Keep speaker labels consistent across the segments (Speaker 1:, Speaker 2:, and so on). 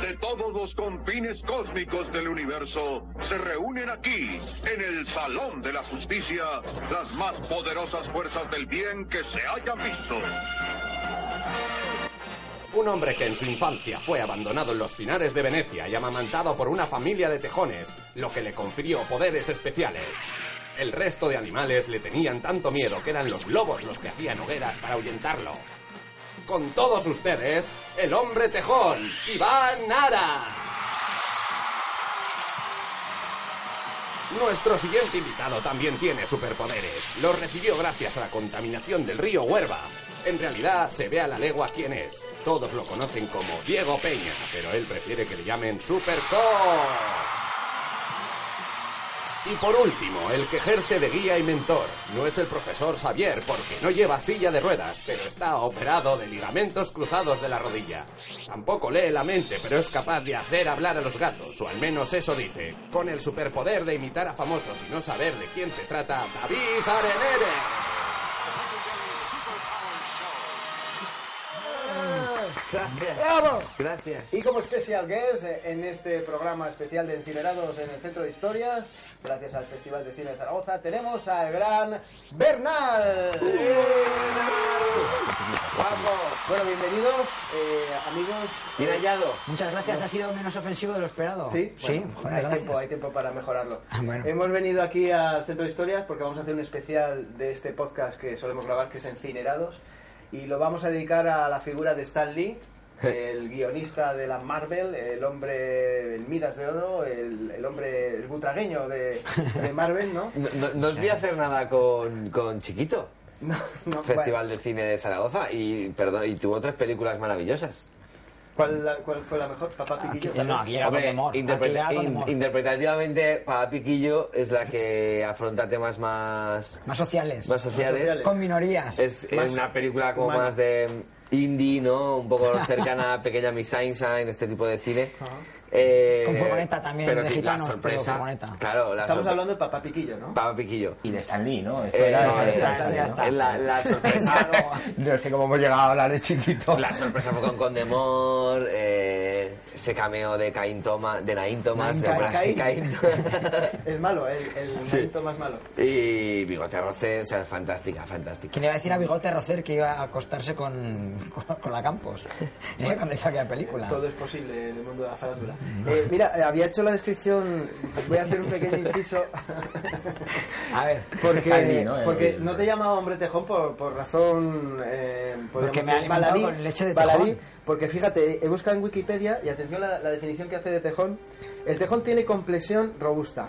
Speaker 1: de todos los confines cósmicos del universo se reúnen aquí, en el Salón de la Justicia, las más poderosas fuerzas del bien que se hayan visto.
Speaker 2: Un hombre que en su infancia fue abandonado en los pinares de Venecia y amamantado por una familia de tejones, lo que le confirió poderes especiales. El resto de animales le tenían tanto miedo que eran los lobos los que hacían hogueras para ahuyentarlo. Con todos ustedes, el hombre tejón, Iván Nara. Nuestro siguiente invitado también tiene superpoderes. Los recibió gracias a la contaminación del río Huerva. En realidad se ve a la legua quién es. Todos lo conocen como Diego Peña, pero él prefiere que le llamen Superco. Y por último, el que ejerce de guía y mentor. No es el profesor Xavier porque no lleva silla de ruedas, pero está operado de ligamentos cruzados de la rodilla. Tampoco lee la mente, pero es capaz de hacer hablar a los gatos, o al menos eso dice, con el superpoder de imitar a famosos y no saber de quién se trata, David Arenere.
Speaker 3: ¡Bravo!
Speaker 4: Gracias.
Speaker 3: Y como especial guest eh, en este programa especial de Encinerados en el Centro de Historia, gracias al Festival de Cine de Zaragoza, tenemos al gran Bernal. Vamos. Bueno, bienvenidos, eh, amigos.
Speaker 4: Bien hallado.
Speaker 5: Muchas gracias, ha sido menos ofensivo de lo esperado.
Speaker 3: Sí,
Speaker 5: Oh, sí.
Speaker 3: Bueno,
Speaker 5: joder,
Speaker 3: hay,
Speaker 5: gracias.
Speaker 3: tiempo, hay tiempo para mejorarlo.
Speaker 5: Ah, bueno.
Speaker 3: Hemos venido aquí al Centro de Historias porque vamos a hacer un especial de este podcast que solemos grabar, que es Encinerados, y lo vamos a dedicar a la figura de Stan Lee, el guionista de la Marvel, el hombre, el Midas de Oro, el, el hombre, el butragueño de, de Marvel, ¿no?
Speaker 4: No, no- no os vi hacer nada con, con Chiquito,
Speaker 3: No, no,
Speaker 4: Festival de Cine de Zaragoza, y, perdón, y tuvo tres películas maravillosas.
Speaker 3: ¿Cuál, la- cuál fue la mejor? Papá
Speaker 5: Aquí- eh,
Speaker 3: Piquillo.
Speaker 5: no, aquí llega con
Speaker 4: Hombre,
Speaker 5: temor. aquí
Speaker 4: interpreta-
Speaker 5: llega con
Speaker 4: in-
Speaker 5: temor.
Speaker 4: interpretativamente, para Piquillo es la que afronta temas más,
Speaker 5: Más sociales.
Speaker 4: más sociales.
Speaker 3: sociales.
Speaker 5: Con minorías.
Speaker 4: Es eh,
Speaker 3: Más
Speaker 4: una película como
Speaker 3: humano.
Speaker 4: más de indie, ¿no? Un poco cercana a Pequeña Miss Einstein, este tipo de cine. Eh,
Speaker 5: Con furgoneta también,
Speaker 4: pero
Speaker 5: de
Speaker 4: que
Speaker 5: gitanos,
Speaker 4: la
Speaker 5: pero
Speaker 4: sorpresa,
Speaker 5: furgoneta.
Speaker 4: Claro, la
Speaker 3: Estamos
Speaker 4: sorpre-
Speaker 3: hablando de Papá Piquillo, ¿no?
Speaker 4: Pablo Piquillo.
Speaker 6: Y de Stan Lee, ¿no? Esto
Speaker 4: Eh,
Speaker 6: era
Speaker 4: no,
Speaker 6: de-
Speaker 4: eh,
Speaker 6: de
Speaker 5: ya
Speaker 6: Stan Lee,
Speaker 5: está,
Speaker 6: ¿no?
Speaker 5: ya
Speaker 4: eh, la, la sorpresa.
Speaker 6: No sé cómo hemos llegado a hablar de chiquito.
Speaker 4: La sorpresa fue con Condemor, eh, ese cameo de Caín Toma, de Naín Thomas, de
Speaker 3: Ca-
Speaker 4: Blas-
Speaker 3: Caín.
Speaker 4: Caín.
Speaker 3: El malo, el, el momento más malo.
Speaker 4: y Bigote Roce, o sea, es fantástica, fantástica.
Speaker 5: ¿Quién le iba a decir a Bigote Rocer que iba a acostarse con, con, con la Campos? Eh, Cuando hizo aquella película.
Speaker 3: Todo es posible en el mundo de la farándula. Eh, mira, eh, había hecho la descripción. Voy a hacer un pequeño inciso.
Speaker 5: A ver.
Speaker 3: Porque,
Speaker 6: Stan Lee, ¿no? El-
Speaker 3: porque no te llamaba hombre tejón por, por razón. eh, podríamos
Speaker 5: Porque me
Speaker 3: decir,
Speaker 5: ha alimentado
Speaker 3: baladí,
Speaker 5: con leche de
Speaker 3: baladí,
Speaker 5: tejón.
Speaker 3: Porque fíjate, he buscado en Wikipedia y atención la, la definición que hace de tejón. El tejón tiene complexión robusta.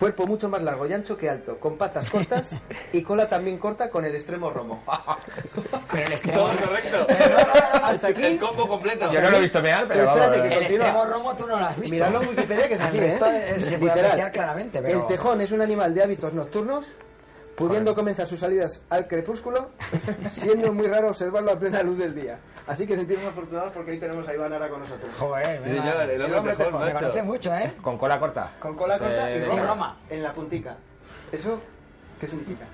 Speaker 3: Cuerpo mucho más largo y ancho que alto, con patas cortas y cola también corta con el extremo romo.
Speaker 5: Pero el extremo,
Speaker 3: correcto. Hasta aquí.
Speaker 4: combo completo.
Speaker 6: Yo no lo he visto mear, pero
Speaker 3: Pero
Speaker 6: vamos,
Speaker 3: espérate,
Speaker 6: eh.
Speaker 5: el
Speaker 3: Continúa.
Speaker 5: extremo romo tú no lo has visto.
Speaker 3: Miradlo en Wikipedia que es así,
Speaker 5: Sí,
Speaker 3: ¿eh?
Speaker 5: esto es- se puede apreciar claramente, pero-
Speaker 3: El tejón es un animal de hábitos nocturnos, pudiendo comenzar sus salidas al crepúsculo, siendo muy raro observarlo a plena luz del día. Así que sentimos afortunados porque hoy tenemos a Iván Ara con nosotros.
Speaker 5: Joder,
Speaker 4: Sí,
Speaker 5: venga.
Speaker 4: señor, el hombre
Speaker 3: hombre
Speaker 4: tejón,
Speaker 3: tejón,
Speaker 5: me
Speaker 4: macho.
Speaker 5: conoce mucho, ¿eh?
Speaker 6: Con cola corta.
Speaker 3: Con cola corta y
Speaker 4: Eh,
Speaker 3: roma,
Speaker 5: Roma.
Speaker 3: en la puntica. ¿Eso qué significa?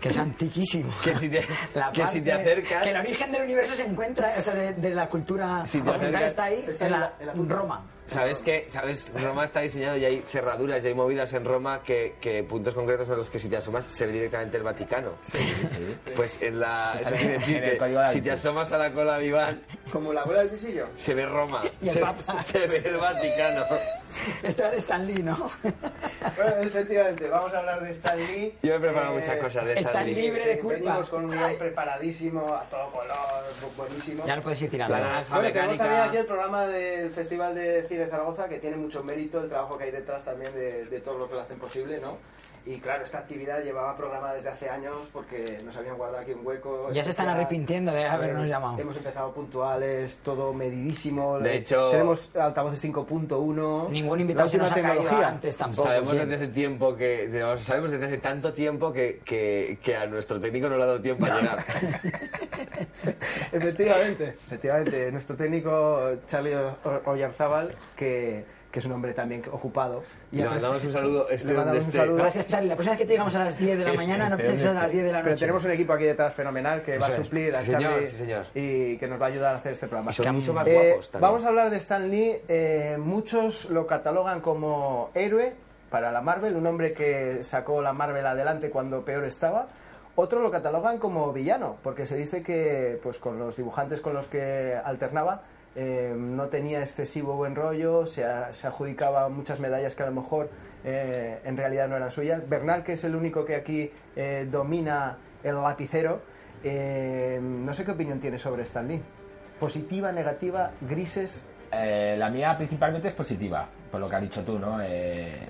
Speaker 5: Que es antiquísimo.
Speaker 4: Que si te-
Speaker 5: La
Speaker 4: que si te
Speaker 5: parte-
Speaker 4: acercas-
Speaker 5: Que el origen del universo se encuentra, o sea, de, de la cultura
Speaker 4: Si te
Speaker 5: occidental
Speaker 4: acercas-
Speaker 5: está ahí,
Speaker 3: está en
Speaker 5: en, la,
Speaker 3: la- en la punta.
Speaker 5: Roma.
Speaker 4: ¿Sabes qué? ¿Sabes? Roma está diseñado y hay cerraduras y hay movidas en Roma que, que puntos concretos a los que si te asomas se ve directamente el Vaticano. Sí, Pues en la... eso quiere decir
Speaker 6: En el
Speaker 4: que
Speaker 6: Código Da
Speaker 4: si
Speaker 6: Vinci.
Speaker 4: te asomas a la cola de Iván,
Speaker 3: Como la abuela del visillo.
Speaker 4: se ve Roma.
Speaker 5: Y el
Speaker 4: se,
Speaker 5: Papa.
Speaker 4: se ve el Vaticano.
Speaker 5: Esto era de Stan Lee, ¿no?
Speaker 3: Bueno, efectivamente, vamos a hablar de Stan Lee.
Speaker 4: Yo he preparado
Speaker 3: Eh,
Speaker 4: muchas cosas de
Speaker 5: Stan
Speaker 4: Stan
Speaker 5: Lee.
Speaker 4: Lee.
Speaker 5: Libre de culpa.
Speaker 3: Venimos con un guión preparadísimo, a todo color, buenísimo.
Speaker 5: Ya no puedes ir
Speaker 4: La
Speaker 5: tirando.
Speaker 4: naranja
Speaker 3: Bueno, tenemos
Speaker 4: mecánica.
Speaker 3: también aquí el programa del Festival de Cine Cine de Zaragoza, que tiene mucho mérito el trabajo que hay detrás también de, de todo lo que lo hacen posible, ¿no? Y claro, esta actividad llevaba programada desde hace años porque nos habían guardado aquí un hueco.
Speaker 5: Ya se están
Speaker 3: especial.
Speaker 5: arrepintiendo de
Speaker 3: A ver,
Speaker 5: habernos llamado.
Speaker 3: Hemos empezado puntuales, todo medidísimo.
Speaker 4: De
Speaker 3: Le-
Speaker 4: hecho-
Speaker 3: tenemos altavoces 5.1.
Speaker 5: Ningún invitado se
Speaker 3: la
Speaker 5: nos ha
Speaker 3: última
Speaker 5: caído
Speaker 3: tecnología.
Speaker 5: antes tampoco.
Speaker 4: Sabemos
Speaker 5: bien.
Speaker 4: desde hace tiempo que sabemos desde hace tanto tiempo que, que, que a nuestro técnico no le ha dado tiempo a llegar.
Speaker 3: Efectivamente, efectivamente. Nuestro técnico Charlie O- Oyarzábal, que, que es un hombre también ocupado.
Speaker 4: Y le mandamos un saludo este
Speaker 3: Le mandamos
Speaker 4: donde
Speaker 3: un
Speaker 4: esté.
Speaker 3: saludo.
Speaker 5: Gracias, Charlie. La próxima vez que te llegamos a las 10 de la mañana, no
Speaker 6: este,
Speaker 5: pienses a las 10 de la
Speaker 3: Pero
Speaker 5: noche.
Speaker 3: tenemos un equipo aquí detrás fenomenal que va a
Speaker 4: Eso es.
Speaker 3: suplir a
Speaker 4: Sí, señor,
Speaker 3: Charlie
Speaker 4: sí, señor.
Speaker 3: y que nos va a ayudar a hacer este programa.
Speaker 4: Y son mucho más
Speaker 3: Eh,
Speaker 4: guapos también.
Speaker 3: vamos a hablar de Stan Lee. Eh, muchos lo catalogan como héroe para la Marvel, un hombre que sacó la Marvel adelante cuando peor estaba. Otros lo catalogan como villano, porque se dice que pues con los dibujantes con los que alternaba eh, no tenía excesivo buen rollo, se, a- se adjudicaba muchas medallas que a lo mejor eh, en realidad no eran suyas. Bernal, que es el único que aquí eh, domina el lapicero, eh, no sé qué opinión tiene sobre Stan Lee. Positiva, negativa, grises.
Speaker 6: Eh, la mía principalmente es positiva, por lo que has dicho tú, ¿no? Eh, eh,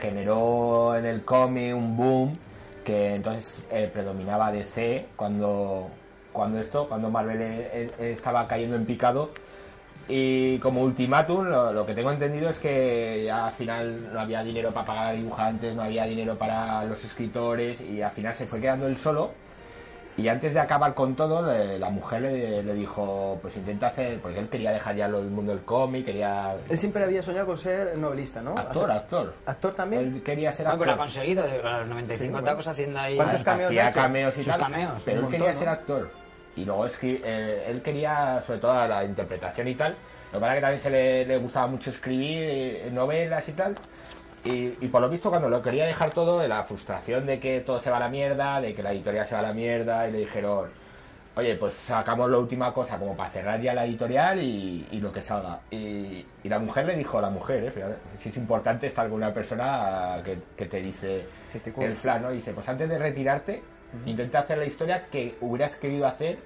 Speaker 6: generó en el cómic un boom que entonces eh, predominaba DC cuando, cuando esto, cuando Marvel eh, eh, estaba cayendo en picado. Y como ultimátum, lo, lo que tengo entendido es que ya al final no había dinero para pagar a dibujantes, no había dinero para los escritores y al final se fue quedando él solo. Y antes de acabar con todo, le- la mujer le, le dijo, pues intenta hacer, porque él quería dejar ya lo del mundo del cómic, quería...
Speaker 3: Él siempre había soñado con ser novelista, ¿no?
Speaker 6: Actor,
Speaker 3: Hacer-
Speaker 6: actor.
Speaker 3: Actor también.
Speaker 6: Él quería ser
Speaker 5: Ah,
Speaker 6: actor.
Speaker 5: pues lo ha conseguido. A los 95
Speaker 3: Sí,
Speaker 5: tacos haciendo ahí.
Speaker 3: ¿Cuántos cameos ha
Speaker 6: Hacía
Speaker 3: hecho?
Speaker 6: cameos y
Speaker 5: Sus
Speaker 6: tal,
Speaker 5: cameos,
Speaker 6: pero
Speaker 3: un
Speaker 6: él quería
Speaker 3: montón,
Speaker 6: ser
Speaker 3: ¿no?
Speaker 6: actor. Y luego escri- eh, él quería, sobre todo, la interpretación y tal. Lo que pasa es que también se le, le gustaba mucho escribir eh, novelas y tal. Y, y por lo visto, cuando lo quería dejar todo, de la frustración de que todo se va a la mierda, de que la editorial se va a la mierda, y le dijeron, oye, pues sacamos la última cosa como para cerrar ya la editorial y, y lo que salga. Y, y la mujer le dijo, la mujer, eh, fíjate, si es importante estar con una persona que, que te dice
Speaker 3: Que te cubre.
Speaker 6: el flan, ¿no? Y dice, pues antes de retirarte, intenta hacer la historia que hubieras querido hacer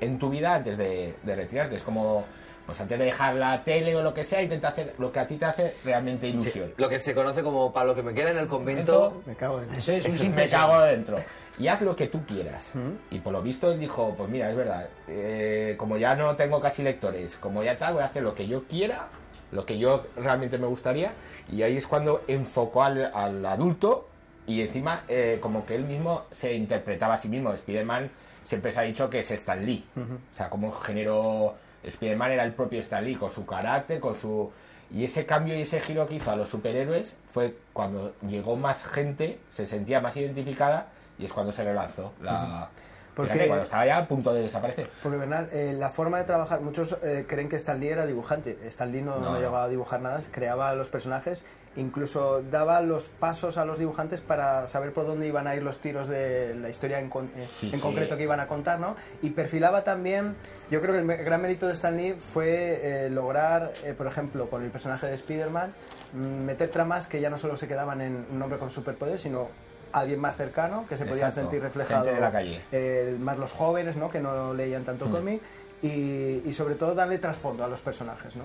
Speaker 6: en tu vida antes de, de retirarte. Es como, pues antes de dejar la tele o lo que sea, intenta hacer lo que a ti te hace realmente
Speaker 4: Sí,
Speaker 6: ilusión.
Speaker 4: lo que se conoce como para lo que me queda en el convento.
Speaker 3: Me cago en
Speaker 5: Eso es Mm. un
Speaker 6: Eso
Speaker 5: simple
Speaker 6: me cago dentro. Y haz lo que tú quieras. Y por lo visto él dijo, pues mira, es verdad, eh, como ya no tengo casi lectores, como ya tal, voy a hacer lo que yo quiera, lo que yo realmente me gustaría. Y ahí es cuando enfocó al, al adulto y encima eh, como que él mismo se interpretaba a sí mismo. Spider-Man siempre se ha dicho que es Stan Lee. O sea, como generó... Spider-Man era el propio Stan Lee, con su carácter, con su... Y ese cambio y ese giro que hizo a los superhéroes fue cuando llegó más gente, se sentía más identificada y es cuando se relanzó la...
Speaker 3: Porque-
Speaker 6: Fíjate, cuando estaba ya a punto de desaparecer.
Speaker 3: Porque Bernal, eh, la forma de trabajar, muchos eh, creen que Stan Lee era dibujante. Stan Lee no, no
Speaker 6: No, no.
Speaker 3: llegaba a dibujar nada, creaba los personajes, incluso daba los pasos a los dibujantes para saber por dónde iban a ir los tiros de la historia en, con- eh,
Speaker 6: Sí,
Speaker 3: en
Speaker 6: sí.
Speaker 3: concreto que iban a contar, ¿no? Y perfilaba también, yo creo que el me- gran mérito de Stan Lee fue eh, lograr, eh, por ejemplo, con el personaje de Spider-Man, mm, meter tramas que ya no solo se quedaban en un hombre con superpoder, sino alguien más cercano que se podían
Speaker 6: Exacto,
Speaker 3: sentir
Speaker 6: gente
Speaker 3: reflejado
Speaker 6: de la calle. Mm.
Speaker 3: el- más los jóvenes, ¿no? Que no leían tanto cómic. Y, y sobre todo darle trasfondo a los personajes, ¿no?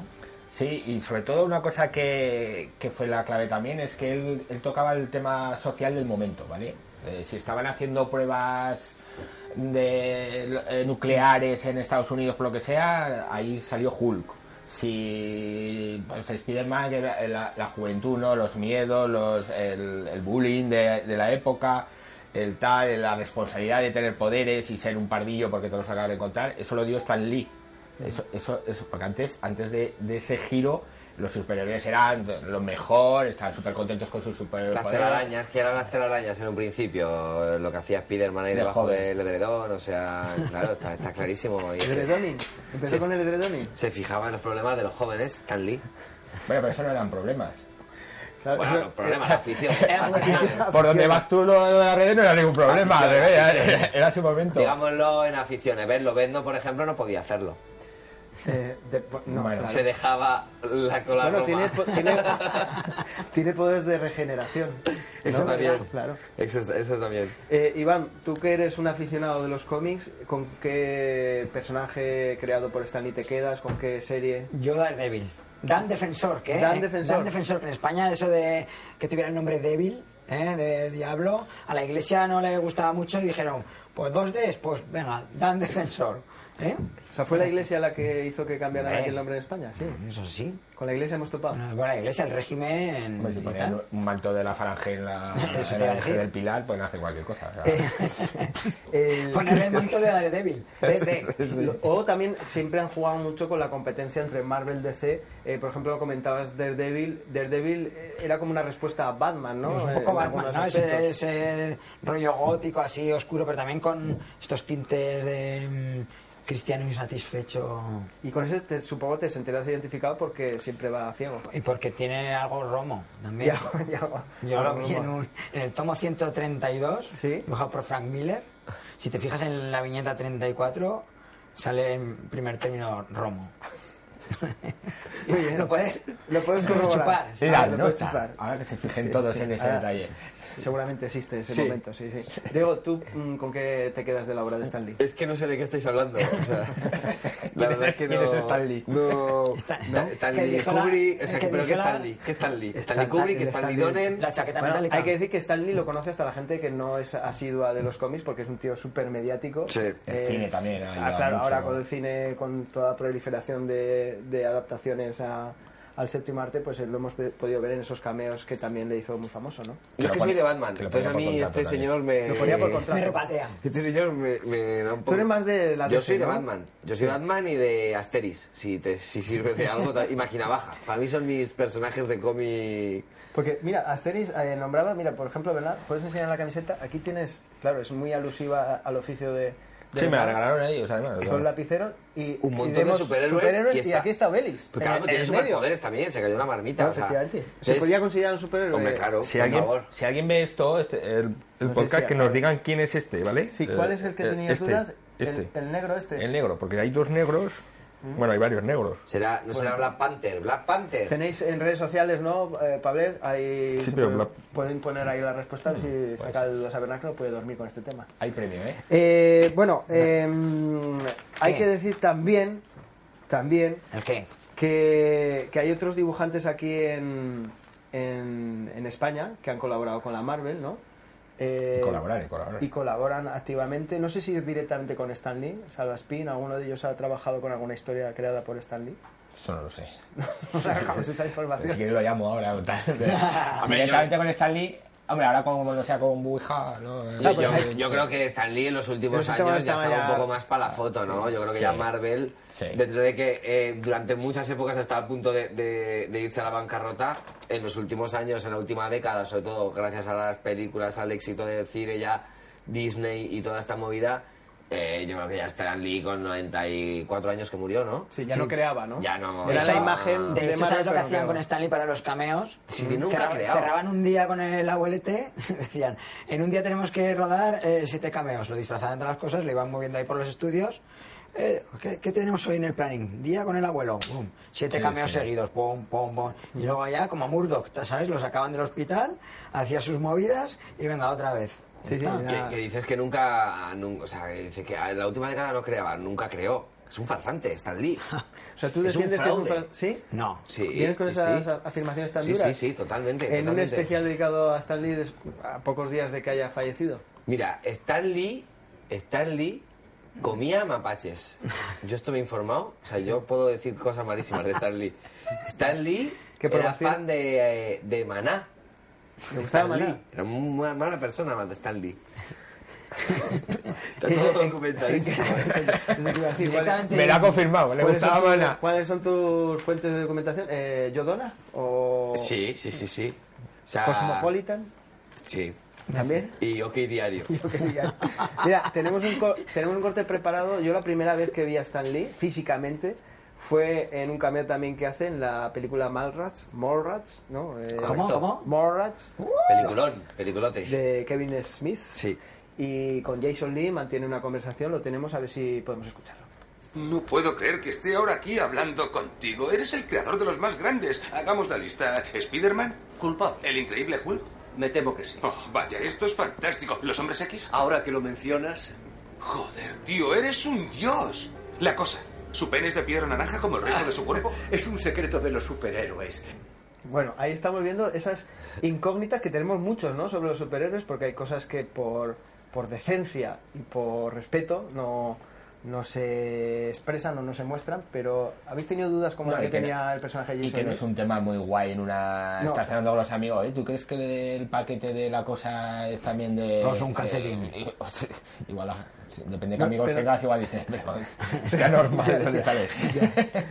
Speaker 6: Sí, y sobre todo una cosa que, que fue la clave también es que él, él tocaba el tema social del momento, ¿vale? Eh, si estaban haciendo pruebas de eh, nucleares en Estados Unidos, por lo que sea, ahí salió Hulk. Si pues, Spider-Man, que era la, la juventud, ¿no? los miedos, los, el, el bullying de, de la época, el tal, la responsabilidad de tener poderes y ser un pardillo porque te los acabas de encontrar, eso lo dio Stan Lee. Eso, eso, eso, porque antes, antes de, de ese giro, los superhéroes eran lo mejor, estaban súper contentos con sus
Speaker 4: Las
Speaker 6: superhéroes.
Speaker 4: telarañas, que eran las telarañas en un principio, eh, lo que hacía Spiderman ahí
Speaker 6: De
Speaker 4: debajo
Speaker 6: joven.
Speaker 4: del edredón, o sea, claro, está, está clarísimo. Y se-
Speaker 3: Edredoning. Empezó
Speaker 4: Sí.
Speaker 3: con el edredoning.
Speaker 4: se fijaba en los problemas de los jóvenes, Stan Lee.
Speaker 6: Bueno, pero eso no eran problemas.
Speaker 3: Claro,
Speaker 4: Bueno,
Speaker 3: Ah, eso-
Speaker 4: los problemas, las aficiones. aficiones.
Speaker 6: Por donde vas tú lo de la red no era ningún problema,
Speaker 4: Ah,
Speaker 6: al revés,
Speaker 4: claro.
Speaker 6: era, era su momento.
Speaker 4: Digámoslo en aficiones. Verlo, Vendo, por ejemplo, no podía hacerlo.
Speaker 3: eh, de- no,
Speaker 6: Bueno,
Speaker 3: claro.
Speaker 4: Se dejaba la cola
Speaker 3: Bueno,
Speaker 4: roma.
Speaker 3: tiene, po- tiene, tiene poder de regeneración.
Speaker 4: Eso
Speaker 3: ¿no?
Speaker 4: también.
Speaker 3: Claro.
Speaker 4: Eso, es- eso también.
Speaker 3: Eh, Iván, tú que eres un aficionado de los cómics, ¿con qué personaje creado por Stan Lee te quedas? ¿Con qué serie?
Speaker 5: Yo Daredevil. Dan Defensor, que
Speaker 3: Dan Defensor.
Speaker 5: Dan Defensor, que en España eso de que tuviera el nombre débil, ¿eh? de diablo, a la iglesia no le gustaba mucho y dijeron, pues dos Ds, pues venga, Dan Defensor. ¿eh?
Speaker 3: O sea, fue la iglesia la que hizo que cambiaran
Speaker 5: Hombre.
Speaker 3: aquí el nombre en España, sí.
Speaker 5: Eso sí.
Speaker 3: Con la iglesia hemos topado.
Speaker 5: Bueno, bueno, la iglesia, el régimen...
Speaker 6: Hombre, si
Speaker 5: y
Speaker 6: ponen
Speaker 5: tal.
Speaker 6: un manto de Eh, la falange en la,
Speaker 5: Eso te
Speaker 6: en
Speaker 5: iba
Speaker 6: la
Speaker 5: a decir.
Speaker 6: del pilar, pueden hacer cualquier cosa. o sea.
Speaker 3: El-
Speaker 5: Poner Eh, el manto de Daredevil. de- de-
Speaker 3: Lo- O también siempre han jugado mucho con la competencia entre Marvel DC. Eh, por ejemplo, lo comentabas Daredevil. Daredevil eh, era como una respuesta a Batman, ¿no?
Speaker 5: Es un
Speaker 3: Eh,
Speaker 5: poco
Speaker 3: en
Speaker 5: Batman,
Speaker 3: algunos
Speaker 5: ¿no? Ese,
Speaker 3: aspectos.
Speaker 5: ese rollo gótico así oscuro, pero también con estos tintes de mm, cristiano insatisfecho.
Speaker 3: Y con ese te, supongo te sentirás identificado porque siempre va ciego.
Speaker 5: Y porque tiene algo romo también.
Speaker 3: Ya, ya-
Speaker 5: Yo lo vi
Speaker 3: ya-
Speaker 5: en, un- en el tomo 132,
Speaker 3: Sí.
Speaker 5: dibujado por Frank Miller. Si te fijas en la viñeta 34, sale en primer término romo.
Speaker 3: Muy bien.
Speaker 5: ¿Lo puedes?
Speaker 3: Lo puedes corroborar.
Speaker 5: chupar.
Speaker 6: La
Speaker 3: Ah, lo puedes
Speaker 6: nota.
Speaker 3: chupar.
Speaker 6: Ahora que se fijen
Speaker 3: Sí,
Speaker 6: todos
Speaker 3: sí.
Speaker 6: en ese
Speaker 3: Ahora,
Speaker 6: detalle.
Speaker 3: Seguramente existe ese
Speaker 4: Sí.
Speaker 3: momento, sí, sí. Diego, ¿tú mm, con qué te quedas de la obra de Stan Lee?
Speaker 4: Es que no sé de qué estáis hablando. o sea, la verdad es que
Speaker 6: ¿Quién
Speaker 4: no.
Speaker 6: es Stan Lee?
Speaker 4: No.
Speaker 5: Está-
Speaker 4: ¿no?
Speaker 5: que
Speaker 4: Stanley
Speaker 5: dijo la-
Speaker 4: Kubrick. O sea,
Speaker 5: que
Speaker 4: que- pero
Speaker 5: dijo
Speaker 4: ¿qué
Speaker 5: la-
Speaker 4: Stanley? ¿Qué Stanley?
Speaker 3: Stanley-
Speaker 4: Stanley Kubrick,
Speaker 3: el
Speaker 4: Stanley
Speaker 3: Stanley-
Speaker 4: Donen.
Speaker 5: La chaqueta
Speaker 3: Bueno,
Speaker 5: metálica.
Speaker 3: hay que decir que Stan Lee lo conoce hasta la gente que no es asidua de los cómics porque es un tío súper mediático.
Speaker 4: Sí. El
Speaker 6: cine también ha
Speaker 3: ah,
Speaker 6: ayudado
Speaker 3: claro,
Speaker 6: mucho.
Speaker 3: ahora con el cine, con toda la proliferación de, de adaptaciones a- al séptimo arte, pues eh, lo hemos pe- podido ver en esos cameos que también le hizo muy famoso, ¿no?
Speaker 4: Yo es que
Speaker 6: Te lo
Speaker 4: soy de
Speaker 6: ponía-
Speaker 4: Batman.
Speaker 6: te lo ponía
Speaker 4: Entonces a
Speaker 6: por
Speaker 4: mí
Speaker 6: contrato
Speaker 4: este
Speaker 6: también.
Speaker 4: señor me.
Speaker 3: Lo ponía por contrato.
Speaker 5: Me repatea.
Speaker 4: Este señor me, me da un poco.
Speaker 3: Tú eres más de la
Speaker 4: Yo
Speaker 3: DC,
Speaker 4: soy de
Speaker 3: ¿no?
Speaker 4: Batman. Yo soy Batman y de Asteris. Si, te, si sirve de algo, ta- imagina baja. Para mí son mis personajes de cómic.
Speaker 3: Porque, mira, Asteris eh, nombraba, mira, por ejemplo, ¿verdad? Puedes enseñar la camiseta. Aquí tienes, claro, es muy alusiva a- al oficio de. de
Speaker 6: Sí, me
Speaker 3: Batman.
Speaker 6: la regalaron ellos, además.
Speaker 3: Son lapiceros y
Speaker 4: Un
Speaker 3: y
Speaker 4: montón de
Speaker 3: vemos
Speaker 4: superhéroes y
Speaker 3: y,
Speaker 4: está-
Speaker 3: aquí está Belis.
Speaker 4: Pues claro,
Speaker 3: en- en
Speaker 4: tiene
Speaker 3: el medio.
Speaker 4: superpoderes también. Se cayó una marmita.
Speaker 3: Claro,
Speaker 4: o sea,
Speaker 3: efectivamente. Se eh,
Speaker 4: es-
Speaker 3: podría considerar un superhéroe.
Speaker 4: Hombre, claro.
Speaker 6: Si
Speaker 4: por
Speaker 6: alguien,
Speaker 4: favor.
Speaker 6: si alguien ve esto, este, el, el
Speaker 3: No sé
Speaker 6: podcast,
Speaker 3: si-
Speaker 6: que nos digan quién es este, ¿vale?
Speaker 3: Sí,
Speaker 6: Eh,
Speaker 3: ¿cuál es el que
Speaker 6: eh,
Speaker 3: tenías
Speaker 6: este,
Speaker 3: dudas? El-
Speaker 6: Este.
Speaker 3: El, negro este.
Speaker 6: El negro, porque hay dos negros. Bueno, hay varios negros.
Speaker 4: Será, no será Black Panther. Black Panther.
Speaker 3: Tenéis en redes sociales, ¿no, eh, Pabler? Ahí
Speaker 6: Sí,
Speaker 3: se
Speaker 6: pero Mm,
Speaker 3: puede-
Speaker 6: la-
Speaker 3: pueden poner ahí la respuesta. a ver si saca dudas a Bernardo, puede dormir con este tema.
Speaker 6: Hay premio, ¿eh?
Speaker 3: Eh, bueno, eh, hay
Speaker 5: Bien.
Speaker 3: que decir también, también
Speaker 5: ¿El qué?
Speaker 3: que, que hay otros dibujantes aquí en, en, en España que han colaborado con la Marvel, ¿no? Eh,
Speaker 6: Y colaborar, y colaborar.
Speaker 3: y colaboran activamente. No sé si directamente con Stan Lee, Salva Spin, alguno de ellos ha trabajado con alguna historia creada por Stan Lee.
Speaker 6: Eso no lo sé.
Speaker 3: Dejamos esa
Speaker 6: Pero si
Speaker 3: información.
Speaker 6: quieres lo llamo ahora o tal. Directamente con Stanley. Hombre, ahora como no sea con Buija, no.
Speaker 4: Yo, yo- yo creo que Stan Lee en los últimos
Speaker 3: pues Pero ese tema
Speaker 4: años ya
Speaker 3: estaba
Speaker 4: estaba
Speaker 3: ya-
Speaker 4: un poco más para la foto, ¿no? Yo creo que
Speaker 6: Sí.
Speaker 4: ya Marvel,
Speaker 6: Sí.
Speaker 4: dentro de que eh, durante muchas épocas estaba a punto de, de- de irse a la bancarrota, en los últimos años, en la última década, sobre todo gracias a las películas, al éxito de cine ya, Disney y toda esta movida, eh, yo creo que ya Stan Lee con 94 años que murió, ¿no?
Speaker 3: Sí, ya no creaba, ¿no?
Speaker 4: Ya no.
Speaker 3: Era
Speaker 4: hecho,
Speaker 3: la imagen
Speaker 4: ah,
Speaker 3: de,
Speaker 5: De hecho,
Speaker 3: Marvel,
Speaker 5: ¿sabes lo que
Speaker 3: pero
Speaker 5: hacían
Speaker 3: no
Speaker 5: con
Speaker 3: creaba.
Speaker 5: Stanley para los cameos?
Speaker 4: Sí, que nunca ha
Speaker 5: cerraban,
Speaker 4: creado.
Speaker 5: cerraban un día con el abuelete, decían, en un día tenemos que rodar eh, siete cameos. Lo disfrazaban de las cosas, lo iban moviendo ahí por los estudios. Eh, ¿qué, qué tenemos hoy en el planning? Día con el abuelo, ¡bum! siete cameos seguidos, pum, pum, pum.
Speaker 4: Mm.
Speaker 5: Y luego ya, como a Murdoch, ¿sabes? Lo sacaban del hospital, hacía sus movidas y venga otra vez.
Speaker 3: Sí, sí,
Speaker 5: Está.
Speaker 3: ya.
Speaker 4: Que, que dices que nunca, nun- o sea, que dice que en la última década no creaba, nunca creó. Es un farsante, Stan Lee.
Speaker 3: O sea, tú
Speaker 4: Es un
Speaker 3: defiendes que es un
Speaker 4: fraude.
Speaker 3: fra- ¿Sí?
Speaker 5: No.
Speaker 4: Sí,
Speaker 3: ¿Vienes con
Speaker 4: sí,
Speaker 3: esas
Speaker 4: sí.
Speaker 3: afirmaciones tan
Speaker 4: Sí,
Speaker 3: duras?
Speaker 4: sí, sí, totalmente.
Speaker 3: En un
Speaker 4: totalmente.
Speaker 3: especial dedicado a Stan Lee des- a pocos días de que haya fallecido.
Speaker 4: Mira, Stan Lee, Stan Lee comía mapaches. Yo esto me he informado, o sea, yo puedo decir cosas malísimas de Stan Lee. Stan Lee
Speaker 3: ¿Qué
Speaker 4: era
Speaker 3: probación?
Speaker 4: fan de, eh, de Maná.
Speaker 3: Me gustaba
Speaker 4: Stan Lee.
Speaker 3: Maná.
Speaker 4: Era una mala persona más de Stan Lee. Está
Speaker 3: Ese-
Speaker 4: todo documentadísimo.
Speaker 3: Eso te iba a decir, ¿cuál-
Speaker 5: Directamente-
Speaker 6: Me lo ha confirmado, le
Speaker 3: ¿Cuáles son,
Speaker 6: gustaba
Speaker 3: tus-
Speaker 6: Mana.
Speaker 3: cuáles son tus fuentes de documentación? Eh, ¿Yodona? ¿O
Speaker 4: Sí, sí, sí, sí. O sea,
Speaker 3: Cosmopolitan?
Speaker 4: Sí.
Speaker 3: ¿También?
Speaker 4: Y OK Diario.
Speaker 3: Ok, ya. Mira, tenemos un, cor- tenemos un corte preparado. Yo la primera vez que vi a Stan Lee físicamente fue en un cameo también que hace en la película Malrats, Mallrats, ¿no? Eh,
Speaker 5: ¿Cómo?
Speaker 4: Correcto.
Speaker 5: ¿Cómo?
Speaker 3: Mallrats,
Speaker 4: Peliculón, peliculote.
Speaker 3: de Kevin Smith.
Speaker 4: Sí.
Speaker 3: Y con Jason Lee mantiene una conversación, lo tenemos a ver si podemos escucharlo.
Speaker 7: No puedo creer que esté ahora aquí hablando contigo. Eres el creador de los más grandes. Hagamos la lista. ¿Spiderman?
Speaker 8: Culpable.
Speaker 7: ¿El increíble Hulk?
Speaker 8: Me temo que sí.
Speaker 7: Oh, vaya, esto es fantástico. ¿Los hombres X?
Speaker 8: Ahora que lo mencionas,
Speaker 7: Joder, tío, eres un dios. La cosa. ¿Su pene es de piedra naranja como el resto de su cuerpo?
Speaker 8: Es un secreto de los superhéroes.
Speaker 3: Bueno, ahí estamos viendo esas incógnitas que tenemos muchos, ¿no? Sobre los superhéroes, porque hay cosas que por, por decencia y por respeto no, no se expresan o no se muestran, pero ¿habéis tenido dudas como
Speaker 6: No,
Speaker 3: la
Speaker 6: y
Speaker 3: que
Speaker 6: que no-
Speaker 3: tenía el personaje de
Speaker 6: Y
Speaker 3: Jason?
Speaker 6: que no es un tema muy guay en una.
Speaker 3: No.
Speaker 6: Estar cenando con los amigos, ¿eh? ¿Tú crees que el paquete de la cosa es también de.
Speaker 5: No, es un calcetín.
Speaker 6: eh, igual, ah, sí, depende de qué
Speaker 3: No,
Speaker 6: amigos
Speaker 3: pero-
Speaker 6: tengas, igual dices, pero. Está normal, ¿dónde sale?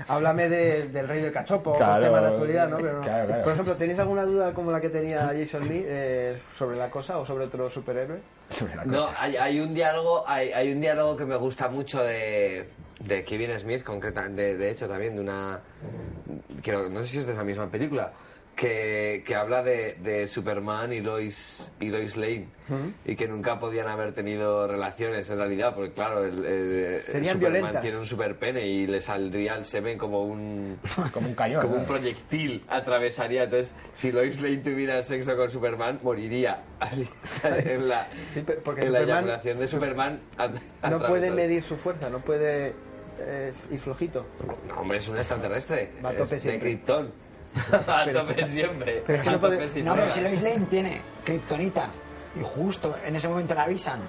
Speaker 3: Háblame de- del rey del cachopo,
Speaker 6: Claro,
Speaker 3: tema de actualidad, ¿no? Pero no.
Speaker 6: claro, claro.
Speaker 3: Por ejemplo, ¿tenéis alguna duda como la que tenía Jason Lee eh, sobre la cosa o sobre otro superhéroe?
Speaker 6: Sobre la
Speaker 4: No,
Speaker 6: cosa.
Speaker 4: hay, hay un diálogo, hay, hay un diálogo que me gusta mucho de, de Kevin Smith, concretamente, de, de hecho también de una, creo, no sé si es de esa misma película, que, que habla de, de Superman y Lois y Lois Lane y que nunca podían haber tenido relaciones en realidad, porque claro, el, el- el
Speaker 3: Serían
Speaker 4: Superman
Speaker 3: violentas.
Speaker 4: tiene un superpene y le saldría el semen como un
Speaker 6: Como un cañón.
Speaker 4: como
Speaker 6: ¿no?
Speaker 4: un proyectil atravesaría. Entonces, si Lois Lane tuviera sexo con Superman, moriría. en la,
Speaker 3: Sí, pero- porque
Speaker 4: en la
Speaker 3: Superman-
Speaker 4: eyaculación de Superman. a-
Speaker 3: No puede
Speaker 4: atravesó.
Speaker 3: medir su fuerza, no puede... eh, y flojito.
Speaker 4: No, hombre, es un extraterrestre.
Speaker 3: Va a tope
Speaker 4: es de
Speaker 3: siempre.
Speaker 4: Krypton. a tope siempre.
Speaker 3: pero
Speaker 4: a
Speaker 3: que no
Speaker 4: tope
Speaker 3: puede-
Speaker 4: sin
Speaker 5: No, pero
Speaker 4: pruebas.
Speaker 5: si Lois Lane tiene kriptonita y justo en ese momento la avisan,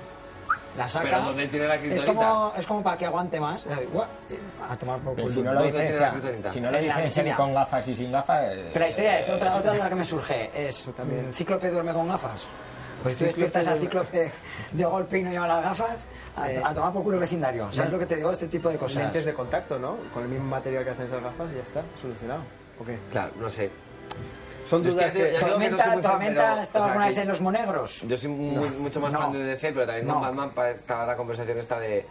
Speaker 5: la saca.
Speaker 4: Pero ¿dónde tiene la
Speaker 5: es
Speaker 4: kriptonita?
Speaker 5: como, es como para que aguante más. La de, "Guau", eh, a tomar por
Speaker 6: Pero
Speaker 5: culo.
Speaker 6: si no lo
Speaker 4: ¿Dónde tiene la
Speaker 6: diferencia.
Speaker 4: criptonita?
Speaker 6: Si no lo
Speaker 5: En la
Speaker 6: diferencia ni
Speaker 5: vecina.
Speaker 6: con gafas y sin gafas. eh,
Speaker 5: Pero la historia es,
Speaker 6: eh,
Speaker 5: otra, otra duda que me surge es, mm, ¿Cíclope duerme con gafas? Pues tú despiertas al Cíclope de golpe y no lleva las gafas, a,
Speaker 3: Eh,
Speaker 5: a tomar por culo el vecindario. ¿Sabes lo que te digo? Este tipo de cosas.
Speaker 3: Lentes de contacto, ¿no? Con el mismo material que hacen esas gafas y ya está, solucionado. ¿O qué?
Speaker 4: Claro, no sé.
Speaker 3: Son
Speaker 4: Yo es
Speaker 3: dudas
Speaker 4: que te-
Speaker 3: que...
Speaker 4: ya- yo que no soy
Speaker 5: Tormenta,
Speaker 4: muy fan,
Speaker 5: Tormenta
Speaker 4: pero,
Speaker 5: ha estado
Speaker 4: o sea,
Speaker 5: alguna
Speaker 4: que-
Speaker 5: vez en Los Monegros.
Speaker 4: Yo soy muy- mucho más
Speaker 5: no.
Speaker 4: fan de DC, pero también
Speaker 5: No.
Speaker 4: con Batman pa- estaba la conversación esta de,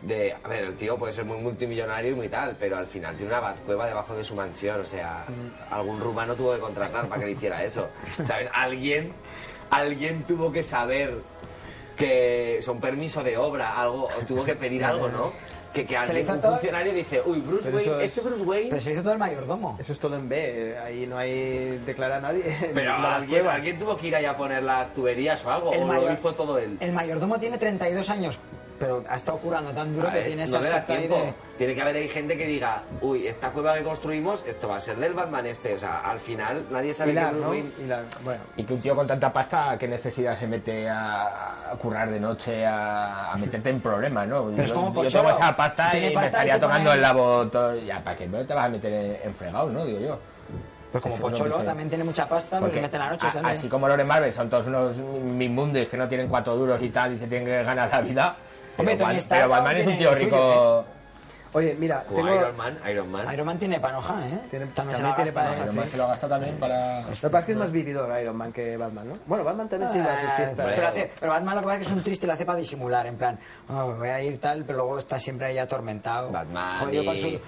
Speaker 4: de, A ver, el tío puede ser muy multimillonario y muy tal, pero al final tiene una batcueva debajo de su mansión. O sea,
Speaker 5: Mm.
Speaker 4: algún rumano tuvo que contratar para que le hiciera eso. ¿Sabes? Alguien, alguien tuvo que saber que son permiso de obra, algo, o tuvo que pedir algo, ¿no? Que, que alguien,
Speaker 5: hizo
Speaker 4: un
Speaker 5: todo?
Speaker 4: funcionario dice, uy, Bruce
Speaker 3: Pero eso
Speaker 4: Wayne,
Speaker 3: es-
Speaker 4: este Bruce Wayne...
Speaker 5: Pero se hizo todo el mayordomo.
Speaker 3: Eso es todo en B, eh, ahí no hay... declara a nadie.
Speaker 4: Pero
Speaker 3: No las
Speaker 4: alguien,
Speaker 3: pruebas.
Speaker 4: alguien tuvo que ir ahí a poner las tuberías o algo,
Speaker 5: El
Speaker 4: o lo
Speaker 5: mayor-
Speaker 4: hizo todo él.
Speaker 5: El mayordomo tiene 32 años, pero ha estado curando tan duro que
Speaker 4: ¿Sabes?
Speaker 5: tiene
Speaker 4: no
Speaker 5: esa
Speaker 4: le da
Speaker 5: aspecto ahí
Speaker 4: tiempo.
Speaker 5: de...
Speaker 4: Tiene que haber ahí gente que diga, uy, esta cueva que construimos, esto va a ser del Batman este. O sea, al final nadie sabe
Speaker 3: Hilar,
Speaker 4: que Bruce
Speaker 3: ¿no?
Speaker 4: Wayne-
Speaker 3: Hilar, Bueno,
Speaker 6: Y que un tío con tanta pasta, ¿qué necesidad se mete a, a currar de noche, a, a meterte en problemas, no?
Speaker 5: Pero es
Speaker 6: yo,
Speaker 5: como
Speaker 6: yo
Speaker 5: Pocholo.
Speaker 6: tengo esa pasta
Speaker 5: Tiene
Speaker 6: y
Speaker 5: pasta
Speaker 6: me
Speaker 5: y
Speaker 6: estaría
Speaker 5: se pone-
Speaker 6: tocando el labo todo- Ya, ¿para qué no te vas a meter en, en fregado, no? Digo yo.
Speaker 5: Pues como
Speaker 6: Eso es lo que
Speaker 5: Pocholo
Speaker 6: soy.
Speaker 5: también tiene mucha pasta, pero se mete en la noche,
Speaker 6: a-
Speaker 5: ¿sabes?
Speaker 6: así como Loren Marvel son todos unos mimundis que no tienen cuatro duros y tal y se tienen que ganar la vida.
Speaker 5: Hombre,
Speaker 6: Pero,
Speaker 5: Tony
Speaker 6: Bat-
Speaker 5: Stark
Speaker 6: pero Batman es
Speaker 5: tiene
Speaker 6: un tío
Speaker 5: lo suyo, ¿eh?
Speaker 6: rico.
Speaker 3: oye, mira,
Speaker 4: Como
Speaker 3: tengo...
Speaker 4: Iron Man, Iron Man.
Speaker 5: Iron Man tiene panoja, ¿eh?
Speaker 3: Tiene-
Speaker 5: también se
Speaker 3: también
Speaker 5: la
Speaker 3: tiene
Speaker 5: gasta,
Speaker 3: panoja,
Speaker 5: ¿eh?
Speaker 6: Iron
Speaker 3: sí.
Speaker 6: Man se lo gasta también para.
Speaker 3: Lo que pasa es que es más vividor Iron Man que Batman, ¿no? Bueno, Batman también sigue a sus
Speaker 5: Ah,
Speaker 3: fiestas.
Speaker 5: pero,
Speaker 3: ¿no?
Speaker 5: hace- pero Batman lo que pasa es que es un triste, lo hace para disimular, en plan, "Oh, voy a ir tal, pero luego está siempre ahí atormentado.
Speaker 4: Batman,
Speaker 5: Jodido con
Speaker 4: y...
Speaker 5: su-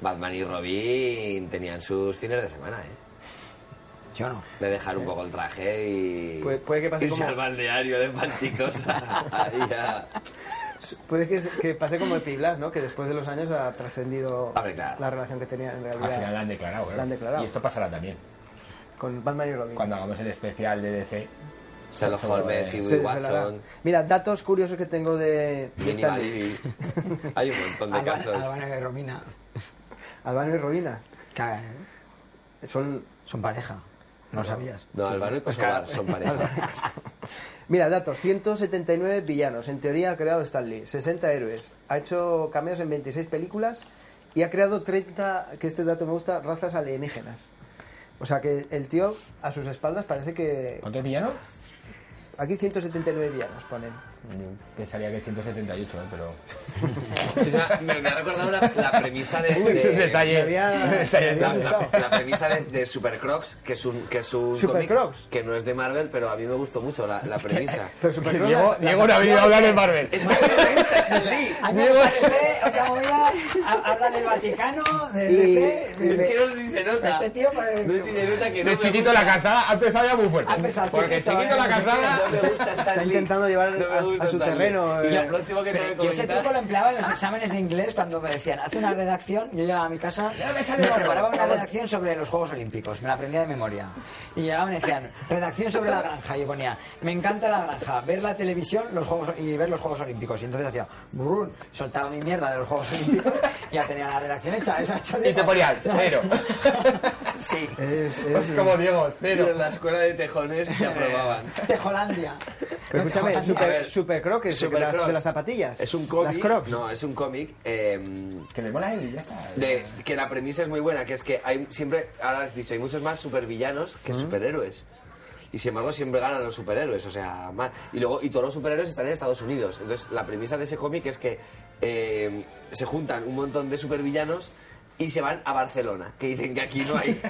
Speaker 4: Batman y Robin tenían sus fines de semana, ¿eh?
Speaker 5: Yo no.
Speaker 4: De dejar un poco el traje y.
Speaker 3: Puede- puede que pase
Speaker 4: irse
Speaker 3: como-
Speaker 4: al balneario de Panticosa. y a-
Speaker 3: Puede que, que pase como el Piblas, ¿no? Que después de los años ha trascendido
Speaker 4: Hombre, claro.
Speaker 3: la relación que tenía en
Speaker 6: Al final la
Speaker 3: realidad
Speaker 6: han declarado, ¿eh?
Speaker 3: La han declarado.
Speaker 6: Y esto pasará también.
Speaker 3: con Batman y Robin.
Speaker 6: Cuando hagamos el especial de DC.
Speaker 4: Sherlock Holmes y
Speaker 3: Se
Speaker 4: Will
Speaker 3: desvelará.
Speaker 4: Watson.
Speaker 3: Mira, datos curiosos que tengo de, de
Speaker 4: Mini
Speaker 3: Stan Lee.
Speaker 4: Valivi. Hay un montón de
Speaker 5: Alba-
Speaker 4: casos.
Speaker 5: Albano y Romina,
Speaker 3: Albano y Robina
Speaker 5: que eh,
Speaker 3: son...
Speaker 5: son pareja, no lo sabías.
Speaker 4: No, Álvaro y Kosovar son pareja.
Speaker 3: Mira, datos. 179 villanos. En teoría ha creado Stan Lee. 60 héroes. Ha hecho cameos en 26 películas y ha creado 30, que este dato me gusta, razas alienígenas. O sea que el tío, a sus espaldas, parece que...
Speaker 6: ¿Cuántos villanos?
Speaker 3: Aquí 179 villanos ponen.
Speaker 6: Yo Mm, Pensaría que 178, ¿eh? pero.
Speaker 4: Sí, o sea, me, me ha recordado la, la premisa de,
Speaker 6: Uy, es un
Speaker 4: de-
Speaker 6: detalle.
Speaker 3: había-
Speaker 6: un detalle.
Speaker 3: me había
Speaker 4: La,
Speaker 3: asustado.
Speaker 4: la- la premisa de, de Super Crocs, que es un, que es un
Speaker 3: ¿Super
Speaker 4: cómic
Speaker 3: Crocs?
Speaker 4: que no es de Marvel, pero a mí me gustó mucho la, la premisa.
Speaker 3: Pero Superman...
Speaker 6: Diego, Diego no ha venido a hablar en Marvel.
Speaker 4: Es más, es Lee.
Speaker 5: A mí me parece, otra movida, ha- habla del Vaticano, de DC, de-
Speaker 4: Es que no sé si se nota.
Speaker 5: Este tío parece-
Speaker 4: No sé si se nota que no
Speaker 6: De
Speaker 4: me
Speaker 6: chiquito
Speaker 4: gusta.
Speaker 6: la calzada ha empezado ya muy fuerte.
Speaker 5: Ha empezado
Speaker 6: Porque
Speaker 5: chiquito,
Speaker 6: chiquito
Speaker 5: ¿eh?
Speaker 6: la calzada
Speaker 4: me gusta Stan
Speaker 3: Está
Speaker 4: Lee.
Speaker 3: intentando llevar
Speaker 4: No me
Speaker 3: a- a
Speaker 4: gusta
Speaker 3: su
Speaker 4: Stan Lee.
Speaker 3: terreno,
Speaker 4: Y lo
Speaker 3: eh.
Speaker 4: próximo que tengo
Speaker 5: Yo
Speaker 4: que
Speaker 5: ese
Speaker 4: comentar-
Speaker 5: truco lo empleaba en los exámenes de inglés cuando me decían, haz una redacción. Yo llegaba a mi casa,
Speaker 6: me sale
Speaker 5: me
Speaker 6: barro.
Speaker 5: preparaba una redacción sobre los Juegos Olímpicos, me la aprendía de memoria. Y llegaba y me decían, redacción sobre la granja. Y yo ponía, me encanta la granja, ver la televisión los juegos y ver los Juegos Olímpicos. Y entonces hacía, brun, soltaba mi mierda de los Juegos Olímpicos, y ya tenía la redacción hecha. Eso ha hecho
Speaker 6: Y te
Speaker 5: Diego.
Speaker 6: ponían cero.
Speaker 5: Sí.
Speaker 4: Eh,
Speaker 3: eh, Es- es-
Speaker 6: Es como Diego,
Speaker 4: Pero en
Speaker 6: cero.
Speaker 4: la escuela de tejones te aprobaban.
Speaker 5: Tejolandia.
Speaker 3: Pero escúchame,
Speaker 5: Tejolandia.
Speaker 4: A
Speaker 3: super,
Speaker 4: ver,
Speaker 3: super crocs, de
Speaker 4: Supercrocs.
Speaker 3: las- de las zapatillas.
Speaker 4: Es un cómic.
Speaker 3: Las crocs.
Speaker 4: No, es un cómic. eh,
Speaker 6: Que le mola a él y ya está.
Speaker 4: de que la premisa es muy buena, que es que hay siempre, ahora has dicho, hay muchos más supervillanos que superhéroes. Y sin embargo siempre ganan los superhéroes, o sea, más. Y luego, y todos los superhéroes están en Estados Unidos. Entonces, la premisa de ese cómic es que eh, se juntan un montón de supervillanos y se van a Barcelona. Que dicen que aquí no hay,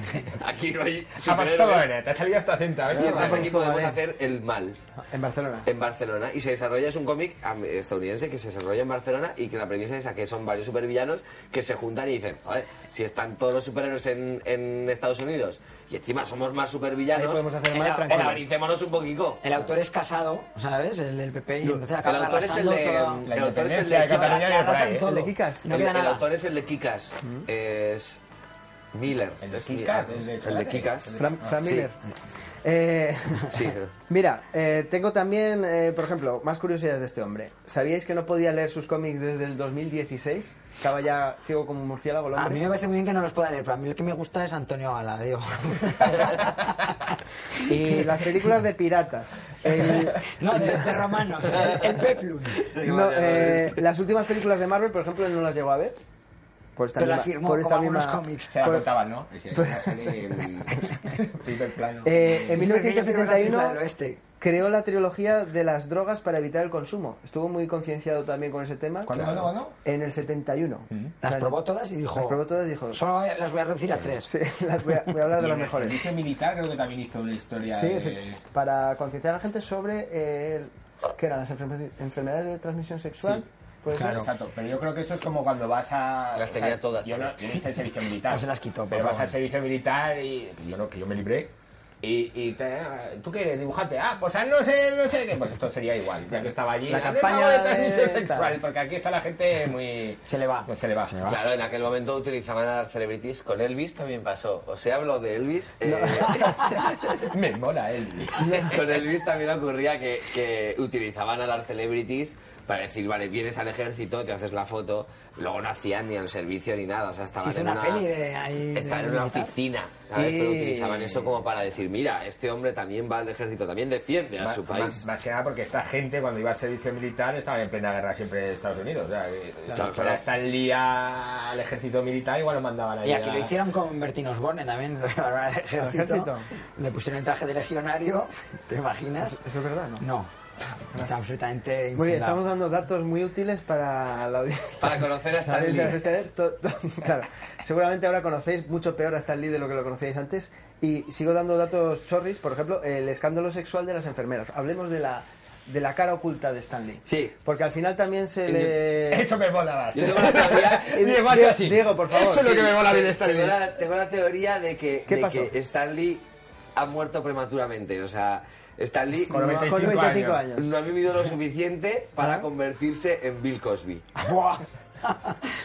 Speaker 4: aquí no hay
Speaker 6: A
Speaker 4: superhéroes.
Speaker 6: Barcelona, te ha salido esta cinta. A ver si
Speaker 4: Entonces,
Speaker 6: estás
Speaker 4: aquí podemos hacer el mal
Speaker 3: En Barcelona.
Speaker 4: en Barcelona y se desarrolla, es un cómic am- estadounidense que se desarrolla en Barcelona y que la premisa es a que son varios supervillanos que se juntan y dicen, joder, si están todos los superhéroes en, en Estados Unidos y encima somos más
Speaker 3: Ahí
Speaker 4: supervillanos,
Speaker 3: podemos hacer
Speaker 5: en
Speaker 3: más
Speaker 5: la- en
Speaker 3: tranquilo.
Speaker 4: organicémonos un poquitico.
Speaker 5: El autor es casado, ¿sabes? El del PP y entonces
Speaker 4: El
Speaker 5: acaba
Speaker 4: autor es el
Speaker 5: arrasando
Speaker 4: de...
Speaker 5: toda-
Speaker 4: El autor es el
Speaker 6: independencia
Speaker 4: de...
Speaker 6: de
Speaker 5: Claro,
Speaker 6: Cataluña
Speaker 5: la
Speaker 6: y de por
Speaker 5: arrasan
Speaker 6: ahí, ¿eh?
Speaker 5: todo.
Speaker 3: El de Kikas.
Speaker 5: No
Speaker 4: el-
Speaker 5: queda
Speaker 4: el
Speaker 5: nada.
Speaker 4: autor es el de Kikas.
Speaker 3: Mm.
Speaker 4: Es... Miller.
Speaker 6: El de
Speaker 4: Es
Speaker 6: Kikas,
Speaker 4: Miller.
Speaker 6: el de
Speaker 4: El de
Speaker 6: chocolate.
Speaker 4: Kikas.
Speaker 3: Fran, Fran
Speaker 4: Sí.
Speaker 3: Miller. Eh,
Speaker 4: Sí.
Speaker 3: mira, eh, tengo también, eh, por ejemplo, más curiosidades de este hombre. ¿Sabíais que no podía leer sus cómics desde el 2016? Estaba ya ciego como un murciélago. el
Speaker 5: A
Speaker 3: hombre.
Speaker 5: mí me parece muy bien que no los pueda leer, pero a mí el que me gusta es Antonio Gala, digo.
Speaker 3: Y las películas de piratas. El-
Speaker 5: No, de, de romanos, el Peplum.
Speaker 3: no, eh, las últimas películas de Marvel, por ejemplo, él no las llegó a ver. Por esta
Speaker 5: Pero la
Speaker 3: misma-
Speaker 5: firmó
Speaker 3: por esta
Speaker 5: como algunos
Speaker 3: misma-
Speaker 5: cómics.
Speaker 6: Se la
Speaker 3: Por-
Speaker 6: contaban, ¿no? Dije, "Va a salir en primer plano".
Speaker 3: Eh, en
Speaker 5: Yo quiero ver la película del
Speaker 3: 1971
Speaker 5: oeste.
Speaker 3: creó la trilogía de las drogas para evitar el consumo. Estuvo muy concienciado también con ese tema.
Speaker 6: ¿Cuándo, cuándo, cuándo?
Speaker 3: En el 71.
Speaker 5: Mm. Las
Speaker 3: O sea,
Speaker 5: probó todas y dijo...
Speaker 3: Las probó todas y dijo... eh,
Speaker 5: Solo voy a- las voy a reducir a tres.
Speaker 3: Sí, las voy, a, voy a hablar de las
Speaker 6: Y en el
Speaker 3: mejores.
Speaker 6: servicio militar creo que también hizo una historia
Speaker 3: Sí,
Speaker 6: de...
Speaker 3: efe- para concienciar a la gente sobre eh, el- qué eran las enferme- enfermedades de transmisión sexual. pues
Speaker 6: Sí,
Speaker 3: ¿Puede ser?
Speaker 6: Claro. Exacto, pero yo creo que eso es como cuando vas a...
Speaker 4: Las tenía todas.
Speaker 6: Yo no yo no hice el servicio militar.
Speaker 5: No se las quitó,
Speaker 6: Pero
Speaker 5: por
Speaker 6: vas
Speaker 5: favor.
Speaker 6: al servicio militar y... Yo no, que yo me libré. Y, y te, tú qué eres, dibujante, ah, pues ah, no sé, no sé qué, pues esto sería igual, ya que estaba allí,
Speaker 3: La
Speaker 6: "Ah, no
Speaker 3: campaña
Speaker 6: es algo de
Speaker 3: de
Speaker 6: transmisión
Speaker 3: tal".
Speaker 6: sexual, porque aquí está la gente muy...
Speaker 5: Se le va.
Speaker 6: Pues se le va.
Speaker 4: Claro, en aquel momento utilizaban a las celebrities. Con Elvis también pasó. O sea, hablo de Elvis. eh,
Speaker 6: Me mola él.
Speaker 4: Con Elvis también ocurría que, que utilizaban a las celebrities para decir, vale, vienes al ejército, te haces la foto, luego no hacían ni el servicio ni nada, o sea, estaban
Speaker 5: Se hizo
Speaker 4: en
Speaker 5: una
Speaker 4: una,
Speaker 5: peli de ahí-
Speaker 4: estaban
Speaker 5: de
Speaker 4: en una
Speaker 5: militar.
Speaker 4: oficina, ¿sabes? Pero
Speaker 3: Y-
Speaker 4: utilizaban eso como para decir, mira, este hombre también va al ejército, también defiende a
Speaker 6: Ma-
Speaker 4: su
Speaker 6: ma-
Speaker 4: país.
Speaker 6: Más, que nada porque esta gente cuando iba al servicio militar estaba en plena guerra siempre de Estados Unidos. O sea, que
Speaker 4: Claro,
Speaker 6: si fuera
Speaker 4: claro.
Speaker 6: Stan Lee a- al ejército militar igual lo mandaban ahí.
Speaker 5: Y aquí
Speaker 6: a-
Speaker 5: lo hicieron con Bertín Osborne también, lo llevaron al ejército.
Speaker 3: ejército?
Speaker 5: Le pusieron el traje de legionario, ¿te imaginas?
Speaker 3: ¿Eso es verdad? No.
Speaker 5: No, está absolutamente
Speaker 3: Muy bien,
Speaker 5: infundado.
Speaker 3: estamos dando datos muy útiles para la audiencia.
Speaker 4: Para conocer a Stan
Speaker 3: Audiencia
Speaker 4: Lee.
Speaker 3: de Festival, to- to- claro, seguramente ahora conocéis mucho peor a Stan Lee de lo que lo conocíais antes. Y sigo dando datos chorris, por ejemplo, el escándalo sexual de las enfermeras. Hablemos de la, de la cara oculta de Stan Lee.
Speaker 4: Sí.
Speaker 3: Porque al final también se
Speaker 4: Y
Speaker 3: le...
Speaker 6: Eso me mola más.
Speaker 4: Yo tengo la teoría,
Speaker 3: Y
Speaker 6: Diego,
Speaker 3: Diego,
Speaker 6: así.
Speaker 3: Diego, por favor.
Speaker 6: Eso es lo que me mola bien de Stan
Speaker 4: tengo
Speaker 6: Lee.
Speaker 4: la, tengo la teoría de que,
Speaker 3: ¿Qué
Speaker 4: de
Speaker 3: pasó?
Speaker 4: que Stan Lee ha muerto prematuramente, o sea, Stan Lee
Speaker 6: Con
Speaker 4: no-
Speaker 6: 95
Speaker 3: Con 95
Speaker 6: años.
Speaker 3: años.
Speaker 4: no ha vivido lo suficiente para convertirse en Bill Cosby.
Speaker 5: Buah.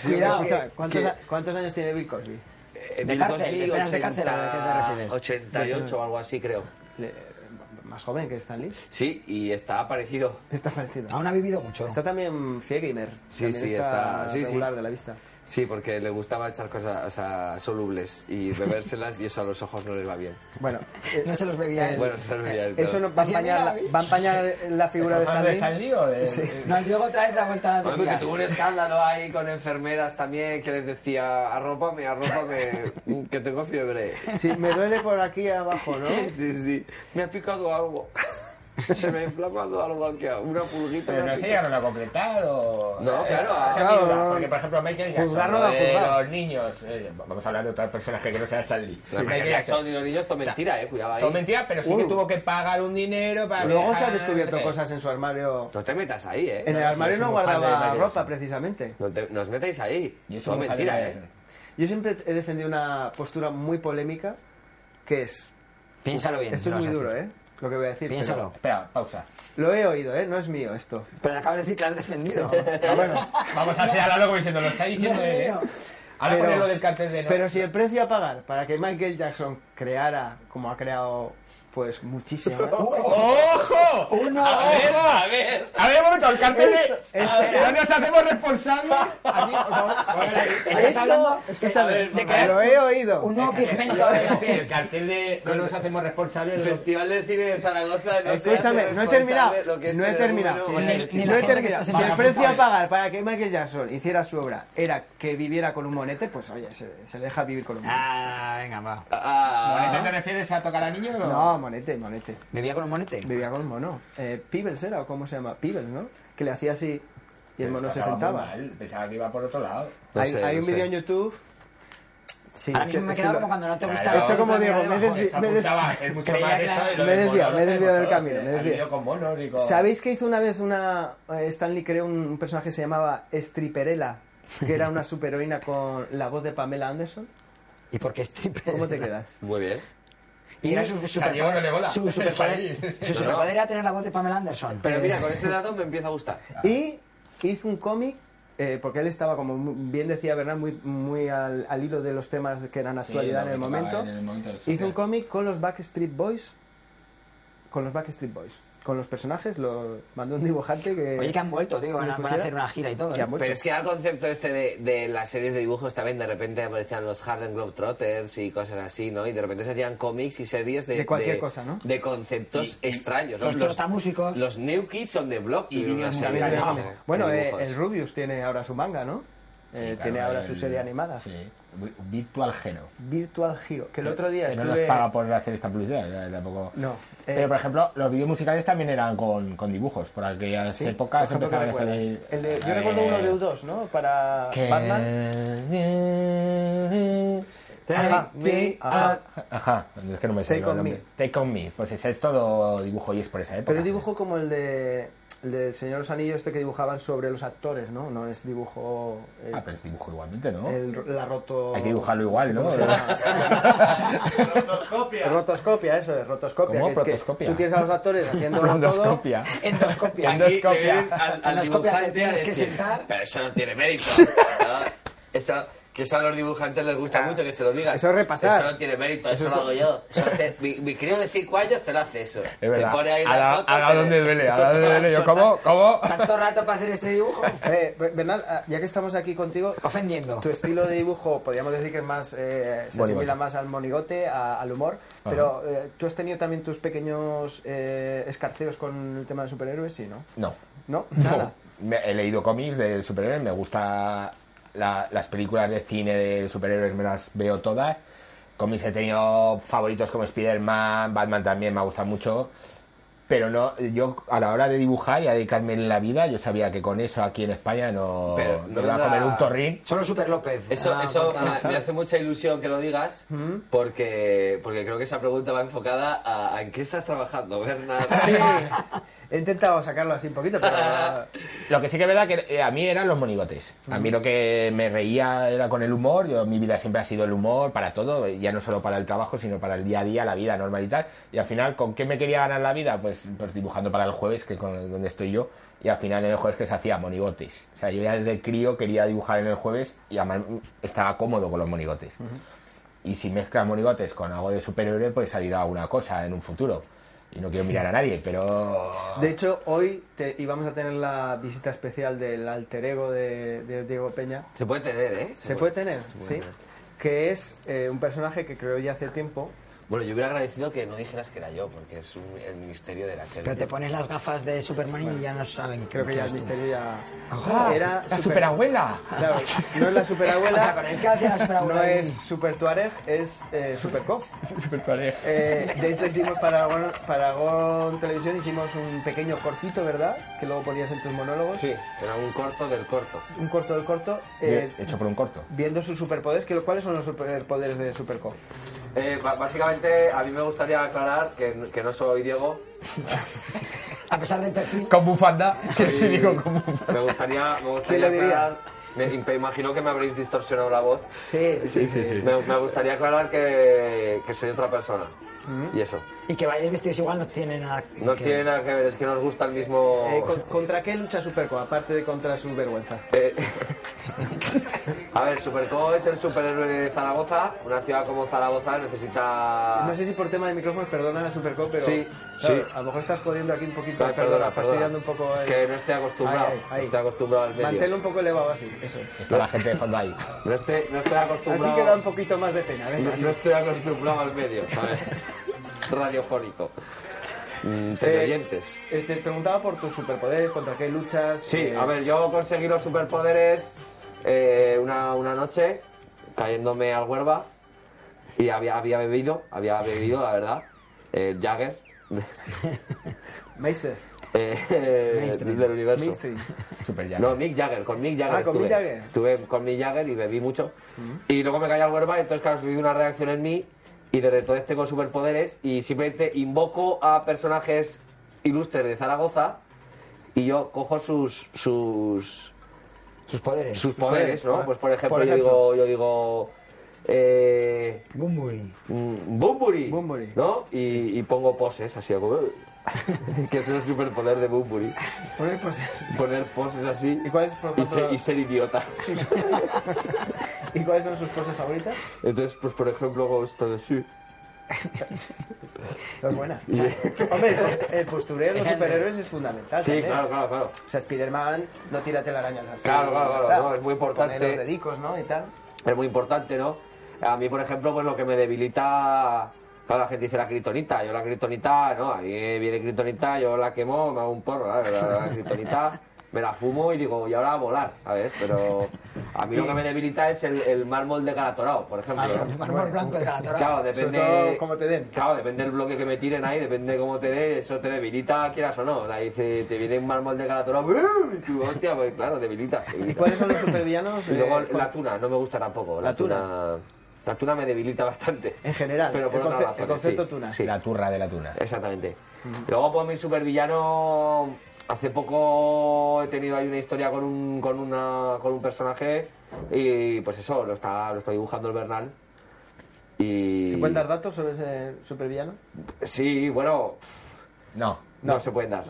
Speaker 5: Cuidado.
Speaker 3: Escucha, eh, ¿cuántos,
Speaker 4: que-
Speaker 3: a- cuántos años tiene Bill Cosby?
Speaker 4: Eh,
Speaker 5: De
Speaker 4: Bill
Speaker 5: cárcel, de
Speaker 4: Cosby,
Speaker 5: penas de cárcel, ¿a qué te refieres?
Speaker 4: 88 o algo así, creo.
Speaker 3: Le- Más joven que Stan Lee.
Speaker 4: Sí, y está parecido.
Speaker 3: Está parecido.
Speaker 5: Aún ha vivido mucho.
Speaker 3: Está también Ciegimer.
Speaker 4: Sí,
Speaker 3: También
Speaker 4: sí,
Speaker 3: está,
Speaker 4: está- sí, sí.
Speaker 3: regular de la vista.
Speaker 4: Sí, porque le gustaba echar cosas o sea, solubles y bebérselas y eso a los ojos no les va bien.
Speaker 3: Bueno, eh,
Speaker 5: No se los bebía él.
Speaker 4: Bueno, eso es real, pero-
Speaker 3: eso no va a empañar la, va a empañar la figura de
Speaker 6: ¿Estás
Speaker 3: Stan
Speaker 6: hablando
Speaker 3: Lee.
Speaker 6: o de-
Speaker 5: No, Diego otra vez la vuelta a
Speaker 4: Hombre, que
Speaker 5: tirar.
Speaker 4: tuvo un escándalo ahí con enfermeras también que les decía, arrópame, arrópame, que tengo fiebre.
Speaker 3: Sí, me duele por aquí abajo, ¿no?
Speaker 4: Sí, sí, me ha picado algo. Se me ha inflamado algo aquí, una pulguita.
Speaker 6: Pero
Speaker 4: me ha
Speaker 6: no se
Speaker 4: picado.
Speaker 6: llegaron a completar o...
Speaker 4: No, claro,
Speaker 6: Eh, esa
Speaker 3: claro,
Speaker 6: mierda,
Speaker 3: no.
Speaker 6: Porque, por ejemplo, Michael
Speaker 3: Juzgar
Speaker 6: Jackson,
Speaker 3: no
Speaker 6: lo
Speaker 3: da
Speaker 6: de
Speaker 3: juzgar.
Speaker 6: los niños... eh, vamos a hablar de otro personaje que no sea Stan Lee.
Speaker 4: La Michael Jackson y los niños, esto mentira, eh, cuidado ahí.
Speaker 6: Todo mentira, pero sí que
Speaker 3: Uh.
Speaker 6: tuvo que pagar un dinero para...
Speaker 3: Luego se
Speaker 6: viajar,
Speaker 3: ha
Speaker 6: no
Speaker 3: descubierto
Speaker 6: sé qué.
Speaker 3: cosas en su armario.
Speaker 4: No te metas ahí, eh.
Speaker 3: En el
Speaker 6: sí,
Speaker 3: armario
Speaker 6: soy
Speaker 3: no
Speaker 6: muy fan de
Speaker 3: guardaba
Speaker 6: Michael
Speaker 3: ropa,
Speaker 6: Jackson.
Speaker 3: precisamente.
Speaker 4: No te, nos metáis ahí.
Speaker 6: Y eso
Speaker 4: Todo
Speaker 6: me
Speaker 4: mentira,
Speaker 6: jale-
Speaker 4: ¿eh?
Speaker 3: Yo siempre he defendido una postura muy polémica, que es...
Speaker 5: Piénsalo bien.
Speaker 3: Esto es
Speaker 5: lo
Speaker 3: muy
Speaker 5: vas a
Speaker 3: duro,
Speaker 5: decir.
Speaker 3: ¿eh? lo que voy a decir. pero-
Speaker 5: Piénsalo.
Speaker 6: Espera, pausa.
Speaker 3: Lo he oído, ¿eh? No es mío esto.
Speaker 5: Pero acabas de decir que la has defendido.
Speaker 6: Ah, bueno, vamos a señalarlo como diciendo, lo está diciendo
Speaker 5: No,
Speaker 6: él, ¿eh?
Speaker 5: no.
Speaker 6: Ahora poner lo del cartel de no.
Speaker 3: pero si el precio a pagar para que Michael Jackson creara como ha creado, pues muchísimo.
Speaker 6: ¡Ojo!
Speaker 5: Uno,
Speaker 6: a ver, a ver. A ver, un momento, el cartel de.
Speaker 3: Espera.
Speaker 6: A ver, No nos hacemos responsables. Aquí, por favor.
Speaker 5: Estás hablando
Speaker 3: Escúchame,
Speaker 5: de que-
Speaker 3: lo he oído.
Speaker 5: un nuevo pigmento de la
Speaker 6: El
Speaker 5: piel.
Speaker 6: cartel de no nos hacemos responsables. de los-
Speaker 4: Festival de Cine de Zaragoza. No se
Speaker 3: Eh, Escúchame,
Speaker 4: hace
Speaker 3: no he terminado,
Speaker 4: responsable Pues, lo que este es
Speaker 3: no he
Speaker 4: tener
Speaker 3: terminado.
Speaker 4: uno,
Speaker 5: Sí,
Speaker 4: vale.
Speaker 5: ni- ni
Speaker 3: no
Speaker 5: la
Speaker 3: he
Speaker 5: gente que
Speaker 3: terminado.
Speaker 5: está
Speaker 3: Si el
Speaker 6: sentada.
Speaker 3: precio a pagar para que Michael Jackson hiciera su obra era que viviera con un monete, pues oye, se, se le deja vivir con un monete.
Speaker 5: Ah, venga, va.
Speaker 4: Ah,
Speaker 6: ¿Monete te refieres a tocar a niños o
Speaker 3: No, monete, monete.
Speaker 5: ¿Bebía con un monete?
Speaker 3: Vivía con un mono. Eh, Peebles era, o cómo se llama, Peebles, ¿no? Que le hacía así y
Speaker 4: Pues
Speaker 3: el mono se
Speaker 6: Estaba muy
Speaker 3: sentaba.
Speaker 6: mal, Pensaba que iba por otro lado.
Speaker 4: No
Speaker 3: hay
Speaker 4: sé,
Speaker 3: hay
Speaker 4: no
Speaker 3: un vídeo
Speaker 4: sé. Ah,
Speaker 3: en YouTube. Sí,
Speaker 5: Ahora
Speaker 3: es que-
Speaker 5: mismo me he
Speaker 3: es que
Speaker 5: quedado
Speaker 3: lo-
Speaker 5: como cuando no te
Speaker 6: Claro,
Speaker 5: gusta.
Speaker 6: he hecho
Speaker 5: el
Speaker 3: como
Speaker 5: plan
Speaker 3: Diego,
Speaker 5: de
Speaker 3: me
Speaker 5: abajo.
Speaker 3: desvi-
Speaker 6: Esta
Speaker 3: me des-
Speaker 6: apuntaba a ser mucho
Speaker 5: Creía
Speaker 6: más
Speaker 5: que
Speaker 6: de
Speaker 5: la-
Speaker 6: esto y lo
Speaker 3: me
Speaker 6: de
Speaker 3: desvío,
Speaker 6: monos,
Speaker 3: me
Speaker 6: de
Speaker 3: desvío del
Speaker 6: monos,
Speaker 3: camino,
Speaker 6: que
Speaker 3: me
Speaker 6: han
Speaker 3: desvío.
Speaker 6: venido con monos y con-
Speaker 3: ¿Sabéis que hizo una vez una. eh, Stanley creó un personaje que se llamaba Stripperella, que era una superheroína con la voz de Pamela Anderson?
Speaker 5: ¿Y por qué stripper?
Speaker 3: ¿Cómo te quedas?
Speaker 4: muy bien.
Speaker 5: Y era su
Speaker 6: Santiago no le
Speaker 5: superpoder.
Speaker 6: mola.
Speaker 5: Su superpoder
Speaker 6: Está ahí.
Speaker 5: su superpoder era tener la voz de Pamela Anderson.
Speaker 4: Pero mira, con ese dato me empieza a gustar.
Speaker 3: Y hizo un cómic. eh, porque él estaba, como muy- bien decía Bernal, muy, muy al, al hilo de los temas que eran
Speaker 6: Sí,
Speaker 3: actualidad
Speaker 6: lo
Speaker 3: en, el
Speaker 6: que
Speaker 3: momento.
Speaker 6: tocaba en el momento del
Speaker 3: Hizo
Speaker 6: social.
Speaker 3: un cómic con los Backstreet Boys. Con los Backstreet Boys. Con los personajes, lo mandó un dibujante que.
Speaker 5: Oye, que han vuelto, tío. Van a,
Speaker 3: ¿Me
Speaker 5: van a hacer
Speaker 3: pusiera?
Speaker 5: una gira y todo.
Speaker 3: que
Speaker 5: ¿eh?
Speaker 3: han vuelto.
Speaker 4: Pero es que era el concepto este de, de las series de dibujos también, de repente aparecían los Harlem Globetrotters y cosas así, ¿no? Y de repente se hacían cómics y series de...
Speaker 3: De cualquier cosa, ¿no?
Speaker 4: De conceptos extraños. ¿no?
Speaker 5: los trotamúsicos.
Speaker 4: Los New Kids on the Block y una serie
Speaker 3: También
Speaker 4: de-
Speaker 3: tenemos-
Speaker 4: de
Speaker 3: Bueno, eh,
Speaker 4: dibujos.
Speaker 3: el Rubius tiene ahora su manga, ¿no?
Speaker 6: Sí,
Speaker 3: Eh,
Speaker 6: claro,
Speaker 3: tiene ahora
Speaker 6: el-
Speaker 3: su serie animada.
Speaker 6: Sí, vi- Virtual Geno.
Speaker 3: Virtual Hero. Que el otro día
Speaker 6: Que no nos
Speaker 3: estuve.
Speaker 6: paga por hacer esta publicidad, ya, tampoco.
Speaker 3: No, eh,
Speaker 6: Pero, por ejemplo, los vídeos musicales también eran con, con dibujos. Por aquellas
Speaker 3: Sí,
Speaker 6: épocas
Speaker 3: por ejemplo, ¿qué
Speaker 6: empezaban a
Speaker 3: recuerdas?
Speaker 6: salir.
Speaker 3: El de- yo
Speaker 6: eh,
Speaker 3: recuerdo uno de U2, ¿no? Para
Speaker 6: que-
Speaker 3: Batman. Ajá.
Speaker 6: Take me
Speaker 3: Ajá.
Speaker 6: up. Ajá, es que no me
Speaker 3: Take
Speaker 6: sale el
Speaker 3: on
Speaker 6: nombre.
Speaker 3: me.
Speaker 6: Take on me. Pues ese es todo dibujo y es por esa época.
Speaker 3: Pero es dibujo como el de. El del Señor de los Anillos, este que dibujaban sobre los actores, ¿no? No es dibujo. eh,
Speaker 6: Ah, pero es dibujo igualmente, ¿no?
Speaker 3: el- la roto.
Speaker 6: Hay que dibujarlo igual, ¿no?
Speaker 3: Rotoscopia. Rotoscopia, eso es, rotoscopia.
Speaker 6: ¿Cómo?
Speaker 3: que- que
Speaker 6: Protoscopia.
Speaker 3: Tú tienes a los actores haciendo todo.
Speaker 6: Rondoscopia.
Speaker 5: Endoscopia.
Speaker 4: Aquí eh,
Speaker 6: endoscopia.
Speaker 4: le ves al, al
Speaker 5: Endoscopia te
Speaker 4: dibujante
Speaker 5: tienes
Speaker 4: a
Speaker 5: que
Speaker 4: decir,
Speaker 5: sentar.
Speaker 4: Pero eso no tiene mérito. ¿no? Eso, que eso a los dibujantes les
Speaker 6: Ah,
Speaker 4: gusta mucho que se lo digan.
Speaker 3: Eso es repasar.
Speaker 4: Eso no tiene mérito, eso, lo hago yo. Eso lo hace- mi, mi crío de 5 años te lo hace eso.
Speaker 6: Es verdad.
Speaker 4: Te pone ahí la
Speaker 6: Haga-
Speaker 4: foto,
Speaker 6: haga
Speaker 4: te-
Speaker 6: donde duele, haga donde duele. Yo, ¿cómo? ¿Cómo?
Speaker 5: Tanto rato para hacer este dibujo.
Speaker 3: Eh, Bernal, ah, ya que estamos aquí contigo,
Speaker 5: Ofendiendo.
Speaker 3: tu estilo de dibujo, podríamos decir que es más, eh, se
Speaker 6: Monigote.
Speaker 3: asimila más al monigote, a- al humor, pero eh, tú has tenido también tus pequeños eh, escarceos con el tema de superhéroes, sí, ¿no?
Speaker 6: No.
Speaker 3: No, nada.
Speaker 6: No. Me- he leído cómics de superhéroes, me gusta la- las películas de cine de superhéroes, me las veo todas. Cómics he tenido favoritos como Spider-Man, Batman también me gusta mucho. Pero no, yo a la hora de dibujar y a dedicarme en la vida, yo sabía que con eso aquí en España no,
Speaker 4: Pero
Speaker 6: no
Speaker 4: no
Speaker 6: iba a
Speaker 4: da-
Speaker 6: comer un torrín.
Speaker 5: Solo Super López.
Speaker 4: Eso,
Speaker 5: Ah, Mm.
Speaker 4: eso
Speaker 5: con-
Speaker 4: me, me hace mucha ilusión que lo digas, porque, porque creo que esa pregunta va enfocada a, a en qué estás trabajando, Bernard.
Speaker 3: Sí, he intentado sacarlo así un poquito, pero...
Speaker 6: Lo que sí que es verdad que eh, a mí eran los monigotes. A mí lo que me reía era con el humor. Yo, mi vida siempre ha sido el humor para todo, eh, ya no solo para el trabajo, sino para el día a día, la vida normal y tal. Y al final, ¿con qué me quería ganar la vida? Pues, pues dibujando para el jueves, que con donde estoy yo. Y al final en el jueves que se hacía monigotes. O sea, yo ya desde crío quería dibujar en el jueves y además estaba cómodo con los monigotes. Y si mezclas monigotes con algo de superhéroe, pues salirá alguna cosa en un futuro. Y no quiero mirar a nadie, pero...
Speaker 3: De hecho, hoy te- íbamos a tener la visita especial del alter ego de- de Diego Peña,
Speaker 4: Se puede tener, ¿eh?
Speaker 3: Se puede tener, sí. Que es eh, un personaje que creo ya hace tiempo.
Speaker 4: Bueno, yo hubiera agradecido que no dijeras que era yo, porque es un- el misterio de la tele.
Speaker 5: Pero te pones las gafas de Superman y ya no saben.
Speaker 3: Creo que ya
Speaker 5: quién
Speaker 3: el
Speaker 5: eres tú.
Speaker 3: misterio ya.
Speaker 5: Ajá,
Speaker 3: era
Speaker 6: ¡Ah! ¡La
Speaker 3: super-
Speaker 6: superabuela!
Speaker 3: Claro, no es la superabuela.
Speaker 5: O sea, con- es que hacía la superabuela
Speaker 3: No
Speaker 5: bien.
Speaker 3: es Super Tuareg, es eh, Super Cop.
Speaker 6: Super pareja.
Speaker 3: Eh, de hecho, hicimos para Aragón, para Aragón Televisión hicimos un pequeño cortito, ¿verdad? Que luego ponías en tus monólogos.
Speaker 4: Sí, era un corto del corto.
Speaker 3: Un corto del corto. eh,
Speaker 6: Bien, hecho por un corto.
Speaker 3: Viendo sus superpoderes, que lo- ¿cuáles son los superpoderes de Super Cop?
Speaker 4: Eh, ba- básicamente, a mí me gustaría aclarar que, n- que no soy Diego.
Speaker 5: A pesar del perfil.
Speaker 6: Con bufanda.
Speaker 4: soy-
Speaker 6: Sí, digo con bufanda.
Speaker 4: me gustaría, me
Speaker 3: ¿Quién
Speaker 4: gustaría
Speaker 3: lo diría?
Speaker 4: aclarar. Me, me imagino que me habréis distorsionado la voz.
Speaker 3: Sí, sí, sí.
Speaker 4: Me, me gustaría aclarar que, que soy otra persona.
Speaker 3: Mm.
Speaker 4: Y eso.
Speaker 5: Y que vayáis vestidos igual no tiene nada
Speaker 4: No
Speaker 5: que
Speaker 4: tiene nada que ver, es que nos gusta el mismo.
Speaker 3: Eh, con- ¿Contra qué lucha Superco, aparte de contra su vergüenza?
Speaker 4: Eh, A ver, Superco es el superhéroe de Zaragoza. Una ciudad como Zaragoza necesita.
Speaker 3: No sé si por tema de micrófonos, perdona Superco, pero
Speaker 4: Sí,
Speaker 3: claro,
Speaker 4: sí.
Speaker 3: a lo mejor estás jodiendo aquí un poquito,
Speaker 4: Ay, perdona,
Speaker 3: fastidiando
Speaker 4: perdona.
Speaker 3: un poco.
Speaker 4: Es
Speaker 3: el-
Speaker 4: que no estoy acostumbrado.
Speaker 3: Ahí, ahí.
Speaker 4: No estoy acostumbrado al medio.
Speaker 3: Manténlo un poco elevado así, eso es.
Speaker 6: Está la gente de fondo ahí.
Speaker 4: No estoy, no estoy acostumbrado.
Speaker 3: Así que da un poquito más de pena, venga.
Speaker 4: No, no estoy acostumbrado al medio, ¿sabes? Radiofónico. Mm,
Speaker 3: Eh,
Speaker 4: teleoyentes.
Speaker 3: eh, Te preguntaba por tus superpoderes, contra qué luchas.
Speaker 4: Sí,
Speaker 3: eh,
Speaker 4: a ver, yo conseguí los superpoderes eh, una, una noche cayéndome al huerva y había, había bebido, había bebido, la verdad, el Jagger
Speaker 3: Meister.
Speaker 4: eh,
Speaker 5: Mainstream.
Speaker 4: del universo.
Speaker 3: Mainstream.
Speaker 6: Super ya.
Speaker 4: No, Mick Jagger, con Mick Jagger
Speaker 3: Ah, con
Speaker 4: estuve.
Speaker 3: Mick Jagger. Mm.
Speaker 4: Estuve con Mick Jagger y bebí mucho. Y luego me caí al huerva, entonces claro, subido una reacción en mí y desde entonces tengo superpoderes y simplemente invoco a personajes ilustres de Zaragoza y yo cojo sus sus
Speaker 5: sus poderes.
Speaker 4: sus poderes, ¿no? Pues por ejemplo,
Speaker 3: Por ejemplo.
Speaker 4: yo digo, yo digo eh,
Speaker 5: Bumburi.
Speaker 4: mm, Bumburi,
Speaker 3: Bumburi.
Speaker 4: ¿no? Y, y pongo poses así como que es el superpoder de Bumburi,
Speaker 3: Bueno, pues-
Speaker 4: poner poses así
Speaker 3: ¿Y cuál es, por
Speaker 4: y ser,
Speaker 3: ejemplo,
Speaker 4: y ser idiota.
Speaker 3: ¿Y cuáles son sus poses favoritas?
Speaker 4: Entonces, pues por ejemplo, hago esto de así.
Speaker 3: Ah, Son buenas. Hombre, el post- el postureo de los
Speaker 5: Esa es
Speaker 3: superhéroes es fundamental.
Speaker 4: Sí,
Speaker 3: también.
Speaker 4: claro, claro, claro.
Speaker 3: O sea, Spider-Man no tira telarañas así.
Speaker 4: Claro, claro,
Speaker 3: ya
Speaker 4: claro,
Speaker 3: está.
Speaker 4: no, es muy importante.
Speaker 3: Pone los dedicos, ¿no? Y tal.
Speaker 4: Es muy importante, ¿no? A mí, por ejemplo, pues lo que me debilita. Claro, la gente dice la criptonita. Yo la criptonita, no, a mí viene criptonita, yo la quemo, me hago un porro, ¿sabes? La, la criptonita me la fumo y digo, y ahora a volar, ¿sabes? Pero a mí lo que me debilita es el, el mármol de Galatorao, por ejemplo. ¿no?
Speaker 5: Mármol blanco de Calatorao.
Speaker 4: Claro,
Speaker 3: Sobre
Speaker 4: depende.
Speaker 3: todo cómo te den.
Speaker 4: Claro, depende del bloque que me tiren ahí, depende cómo te dé, eso te debilita, quieras o no. Ahí te, te viene un mármol de Galatorao, ¡uh! y tú, hostia, pues claro, debilita.
Speaker 3: ¿Y
Speaker 4: debilita.
Speaker 3: cuáles son los supervillanos?
Speaker 4: Y luego
Speaker 3: eh,
Speaker 4: la tuna, no me gusta tampoco. La,
Speaker 3: ¿La tuna?
Speaker 4: tuna? La tuna me debilita bastante.
Speaker 3: En general,
Speaker 4: Pero por
Speaker 3: el,
Speaker 4: otras
Speaker 3: conce-
Speaker 4: razones,
Speaker 3: el concepto
Speaker 4: sí,
Speaker 3: tuna.
Speaker 4: sí.
Speaker 6: La turra de la tuna.
Speaker 4: Exactamente. Luego, pues mi supervillano. Hace poco he tenido ahí una historia con un, con una, con un personaje. Y pues eso, lo está, lo está dibujando el Bernal. Y.
Speaker 3: ¿Se pueden dar datos sobre ese supervillano?
Speaker 4: Sí, bueno.
Speaker 6: No.
Speaker 4: No, se pueden dar.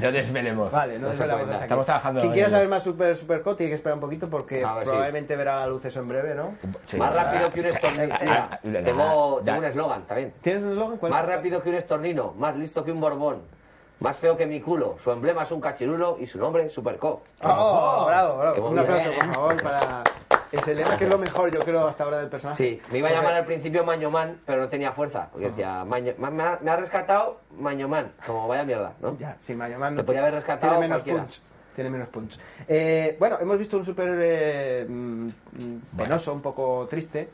Speaker 6: No desvelemos.
Speaker 3: Vale, no,
Speaker 4: No
Speaker 3: es
Speaker 4: se
Speaker 3: la
Speaker 4: pueden
Speaker 3: verdad.
Speaker 4: dar.
Speaker 6: Estamos trabajando
Speaker 3: Quien
Speaker 6: en
Speaker 3: quiera
Speaker 6: ello.
Speaker 3: saber más sobre Superco tiene que esperar un poquito porque
Speaker 4: A ver, sí.
Speaker 3: probablemente verá la luz eso en breve, ¿no?
Speaker 6: Sí.
Speaker 4: Más rápido que un estornino.
Speaker 3: Ah,
Speaker 4: Mira,
Speaker 6: Da-
Speaker 4: tengo,
Speaker 6: da-
Speaker 4: tengo un eslogan también.
Speaker 3: ¿Tienes un eslogan? ah, ¿Cuál
Speaker 4: Más
Speaker 3: es?
Speaker 4: rápido que un estornino, más listo que un borbón, más feo que mi culo. Su emblema es un cachirulo y su nombre Superco.
Speaker 3: Oh, bravo,
Speaker 4: Qué
Speaker 3: bravo. Un
Speaker 4: bonito.
Speaker 3: aplauso, por favor, para ese lema que es lo mejor, yo creo, hasta ahora del personaje.
Speaker 4: Sí, me iba a llamar al principio Mañomán, pero no tenía fuerza. Porque decía, Maño- ma- me ha, me ha rescatado Mañomán. Como vaya mierda, ¿no?
Speaker 3: Ya, sí, Mayoman
Speaker 4: Te podía haber rescatado
Speaker 3: Tiene menos
Speaker 4: cualquiera.
Speaker 3: punch. Tiene menos punch. Eh, bueno, hemos visto un superhéroe mm, mm, penoso, un poco triste.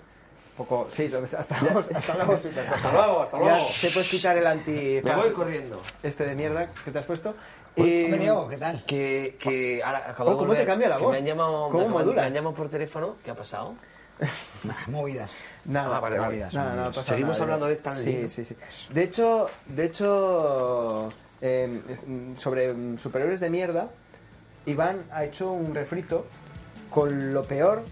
Speaker 3: Un poco. Sí, lo- hasta luego, hasta luego, superhéroe.
Speaker 4: Hasta luego, hasta
Speaker 3: Ya
Speaker 4: luego.
Speaker 3: te puedes quitar el anti
Speaker 4: Me voy corriendo.
Speaker 3: este de mierda que te has puesto. Eh,
Speaker 5: Hombre, Diego, ¿qué tal?
Speaker 4: Que, que ahora acabo
Speaker 3: Oh, ¿cómo te cambia la
Speaker 4: que
Speaker 3: voz?
Speaker 4: me han llamado,
Speaker 3: ¿Cómo
Speaker 4: me, acaban-
Speaker 3: modulas?
Speaker 4: me han llamado por teléfono. ¿Qué ha pasado?
Speaker 5: Nah, Movidas.
Speaker 3: Nada, eh,
Speaker 4: Ah, vale, vale.
Speaker 3: nada, nada, pasa
Speaker 4: Seguimos
Speaker 3: nada.
Speaker 4: hablando de esta
Speaker 3: Sí,
Speaker 4: línea.
Speaker 3: sí, sí. De hecho, de hecho eh, es- mm, sobre mm, superhéroes de mierda, Iván ha hecho un refrito con lo peor,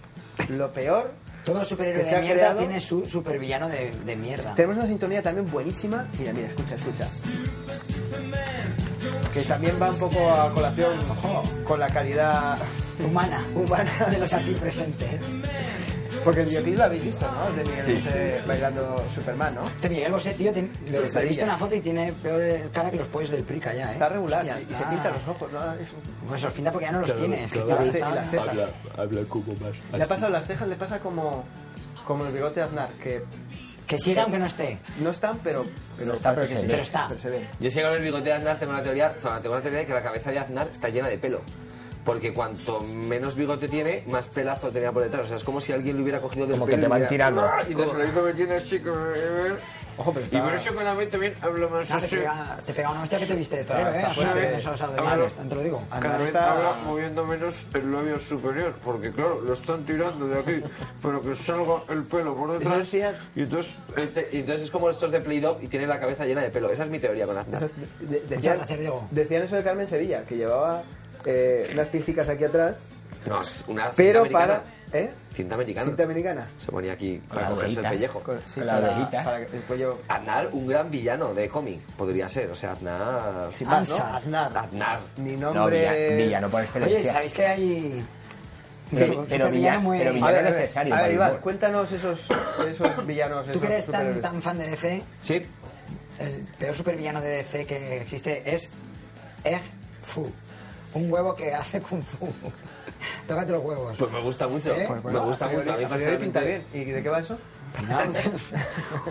Speaker 3: lo peor.
Speaker 5: Todo superhéroe
Speaker 3: Que se
Speaker 5: de
Speaker 3: ha
Speaker 5: mierda
Speaker 3: creado-
Speaker 5: tiene su supervillano de, de
Speaker 4: Ah.
Speaker 5: mierda.
Speaker 3: Tenemos una sintonía también buenísima. Mira, mira, escucha, escucha. Que también va un poco a colación con la calidad
Speaker 5: Humana.
Speaker 3: Humana.
Speaker 5: De los aquí presentes.
Speaker 3: Porque el videoclip lo habéis visto, ¿no? De Miguel Bosé bailando Superman, ¿no?
Speaker 5: Este Miguel Bosé, tío, tiene, le- le he
Speaker 3: pesadillas.
Speaker 5: visto una foto y tiene peor cara que los pollos del Prica ya, ¿eh?
Speaker 3: Está regular
Speaker 5: Hostia,
Speaker 3: sí, y se
Speaker 5: está-
Speaker 3: pinta los ojos, ¿no? Es un-
Speaker 5: Pues se los pinta porque ya no los tiene. Es que
Speaker 3: Y
Speaker 5: está,
Speaker 3: las te- y
Speaker 5: está-
Speaker 3: las cejas. Le ha pasado las cejas, le pasa como, como el bigote de Aznar, que
Speaker 5: Que siga aunque no esté.
Speaker 3: no están, pero, pero,
Speaker 6: No está, pero
Speaker 3: parece
Speaker 6: se
Speaker 3: que
Speaker 6: ve.
Speaker 5: Pero está.
Speaker 3: Pero se ve.
Speaker 4: Yo sé que con el bigote de Aznar tengo una teoría, o sea, tengo una teoría de que la cabeza de Aznar está llena de pelo. Porque cuanto menos bigote tiene, más pelazo tenía por detrás. O sea, es como si alguien le hubiera cogido del
Speaker 6: Como
Speaker 4: pelo
Speaker 6: que
Speaker 4: y
Speaker 6: te van
Speaker 4: hubiera-
Speaker 6: tirando.
Speaker 4: ¡Ah! Y entonces lo hizo metiendo así como...
Speaker 3: Ojo, pero
Speaker 4: Y por
Speaker 3: está...
Speaker 4: eso con la mente también hablo más
Speaker 5: Ah, te,
Speaker 4: así.
Speaker 5: pega, te pega una hostia que te viste de torero,
Speaker 3: Está-
Speaker 5: ¿eh?
Speaker 3: está
Speaker 5: O sea,
Speaker 3: fuerte.
Speaker 5: eso lo sabe de
Speaker 4: Claro.
Speaker 5: malos, te lo digo.
Speaker 4: Cada
Speaker 3: Aznar
Speaker 4: vez
Speaker 3: está-
Speaker 4: habla moviendo menos el labio superior, porque claro, lo están tirando de aquí, pero que salga el pelo por detrás.
Speaker 3: Eso decía-
Speaker 4: Y entonces, este- y entonces es como estos de Play Doh y tiene la cabeza llena de pelo. Esa es mi teoría con Aznar.
Speaker 3: De- decían,
Speaker 5: gracias, Diego.
Speaker 3: decían eso de Carmen Sevilla, que llevaba eh, unas piecicas aquí atrás,
Speaker 4: No, es una cinta
Speaker 3: Pero para.
Speaker 4: americana.
Speaker 3: ¿Eh?
Speaker 4: Cinta americana.
Speaker 3: Cinta americana.
Speaker 4: Se ponía aquí para
Speaker 6: la
Speaker 4: cogerse el
Speaker 6: orejita.
Speaker 4: pellejo.
Speaker 3: Con- sí,
Speaker 6: Con la
Speaker 3: para-
Speaker 6: orejita.
Speaker 3: para que el cuello.
Speaker 4: Aznar, un gran villano de cómic, podría ser. O sea, Aznar.
Speaker 3: Sin más, ¿no?
Speaker 5: Ansar.
Speaker 3: Aznar.
Speaker 4: Aznar.
Speaker 3: Mi
Speaker 6: No,
Speaker 3: nombre.
Speaker 6: villa- villano por
Speaker 5: Oye,
Speaker 6: excelencia.
Speaker 5: ¿sabéis que hay...?
Speaker 6: Pero-
Speaker 5: Super-
Speaker 6: pero
Speaker 5: supervillano
Speaker 6: villano-
Speaker 5: muy-
Speaker 6: pero
Speaker 3: A
Speaker 6: villano-
Speaker 3: ver, a ver,
Speaker 6: necesario
Speaker 3: a ver,
Speaker 6: para el
Speaker 3: Iván,
Speaker 6: humor.
Speaker 3: cuéntanos esos, esos villanos.
Speaker 5: Tú
Speaker 3: esos
Speaker 5: que eres tan,
Speaker 3: superhéroes.
Speaker 5: tan fan de DC,
Speaker 4: Sí.
Speaker 5: el peor supervillano de DC que existe es Egg Fu. Un huevo que hace Kung Fu. Tócate los huevos.
Speaker 4: Pues me gusta mucho.
Speaker 5: ¿Eh?
Speaker 3: Pues,
Speaker 4: me
Speaker 3: bueno,
Speaker 4: gusta
Speaker 3: a
Speaker 4: mucho. A
Speaker 3: priori-
Speaker 4: mí
Speaker 3: a priori pinta
Speaker 4: personalmente-
Speaker 3: bien. ¿Y de qué va eso?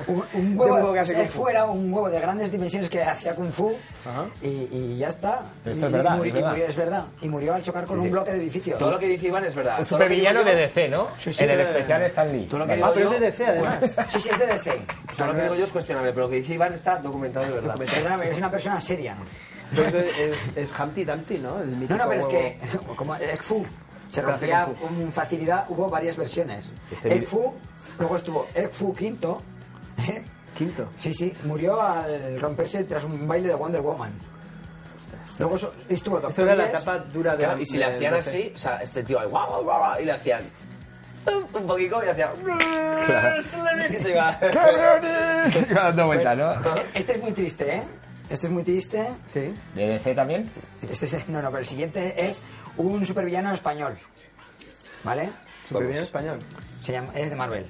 Speaker 5: un, un
Speaker 3: De
Speaker 5: huevo,
Speaker 3: huevo que hace
Speaker 5: si
Speaker 3: kung fu.
Speaker 5: fuera un huevo de grandes dimensiones que hacía kung fu
Speaker 3: Ajá.
Speaker 5: y, y ya está.
Speaker 6: Esto
Speaker 5: y,
Speaker 6: es
Speaker 5: y
Speaker 6: verdad,
Speaker 5: muri-
Speaker 6: es
Speaker 5: y
Speaker 6: verdad.
Speaker 5: murió, es verdad. Y murió al chocar con un bloque de edificio.
Speaker 4: Todo lo que dice Iván es verdad.
Speaker 6: Un
Speaker 4: Todo lo que digo
Speaker 6: supervillano
Speaker 4: yo-
Speaker 6: de DC, ¿no?
Speaker 5: Sí, sí,
Speaker 6: en el
Speaker 5: sí.
Speaker 6: especial Stan Lee.
Speaker 4: Todo lo que
Speaker 6: Vale.
Speaker 4: digo
Speaker 3: Ah, pero
Speaker 4: yo-
Speaker 3: es de DC, además.
Speaker 5: Sí, sí, es de DC.
Speaker 4: Todo lo que digo yo es cuestionable, pero lo que dice Iván está documentado de verdad.
Speaker 5: Es una, es una persona seria.
Speaker 3: Entonces es, es Humpty Dumpty, ¿no? El mítico
Speaker 5: No, no, pero es
Speaker 3: huevo.
Speaker 5: que Eh, como el Fu se rompía con facilidad, hubo varias versiones.
Speaker 6: Este
Speaker 5: El
Speaker 6: vi-
Speaker 5: Fu, luego estuvo el Fu quinto. ¿eh?
Speaker 3: Quinto.
Speaker 5: Sí, sí, murió al romperse tras un baile de Wonder Woman. Luego so- estuvo
Speaker 3: Esta era la
Speaker 5: Doctor Yes.
Speaker 3: etapa dura de
Speaker 4: Claro, y si le
Speaker 3: de-
Speaker 4: hacían
Speaker 3: de-
Speaker 4: así, o sea, este tío ahí, guau, guau, guau, guau, y le hacían un un poquito y hacían. Y se iba.
Speaker 6: ¡Cabrones! Iba dando vuelta, ¿no?
Speaker 5: Este es muy triste, ¿eh? Este es muy triste.
Speaker 3: Sí.
Speaker 6: ¿De DC también?
Speaker 5: Este es- no, no, pero el siguiente es un supervillano español. ¿Vale?
Speaker 3: Supervillano español.
Speaker 5: Se llama, es de Marvel.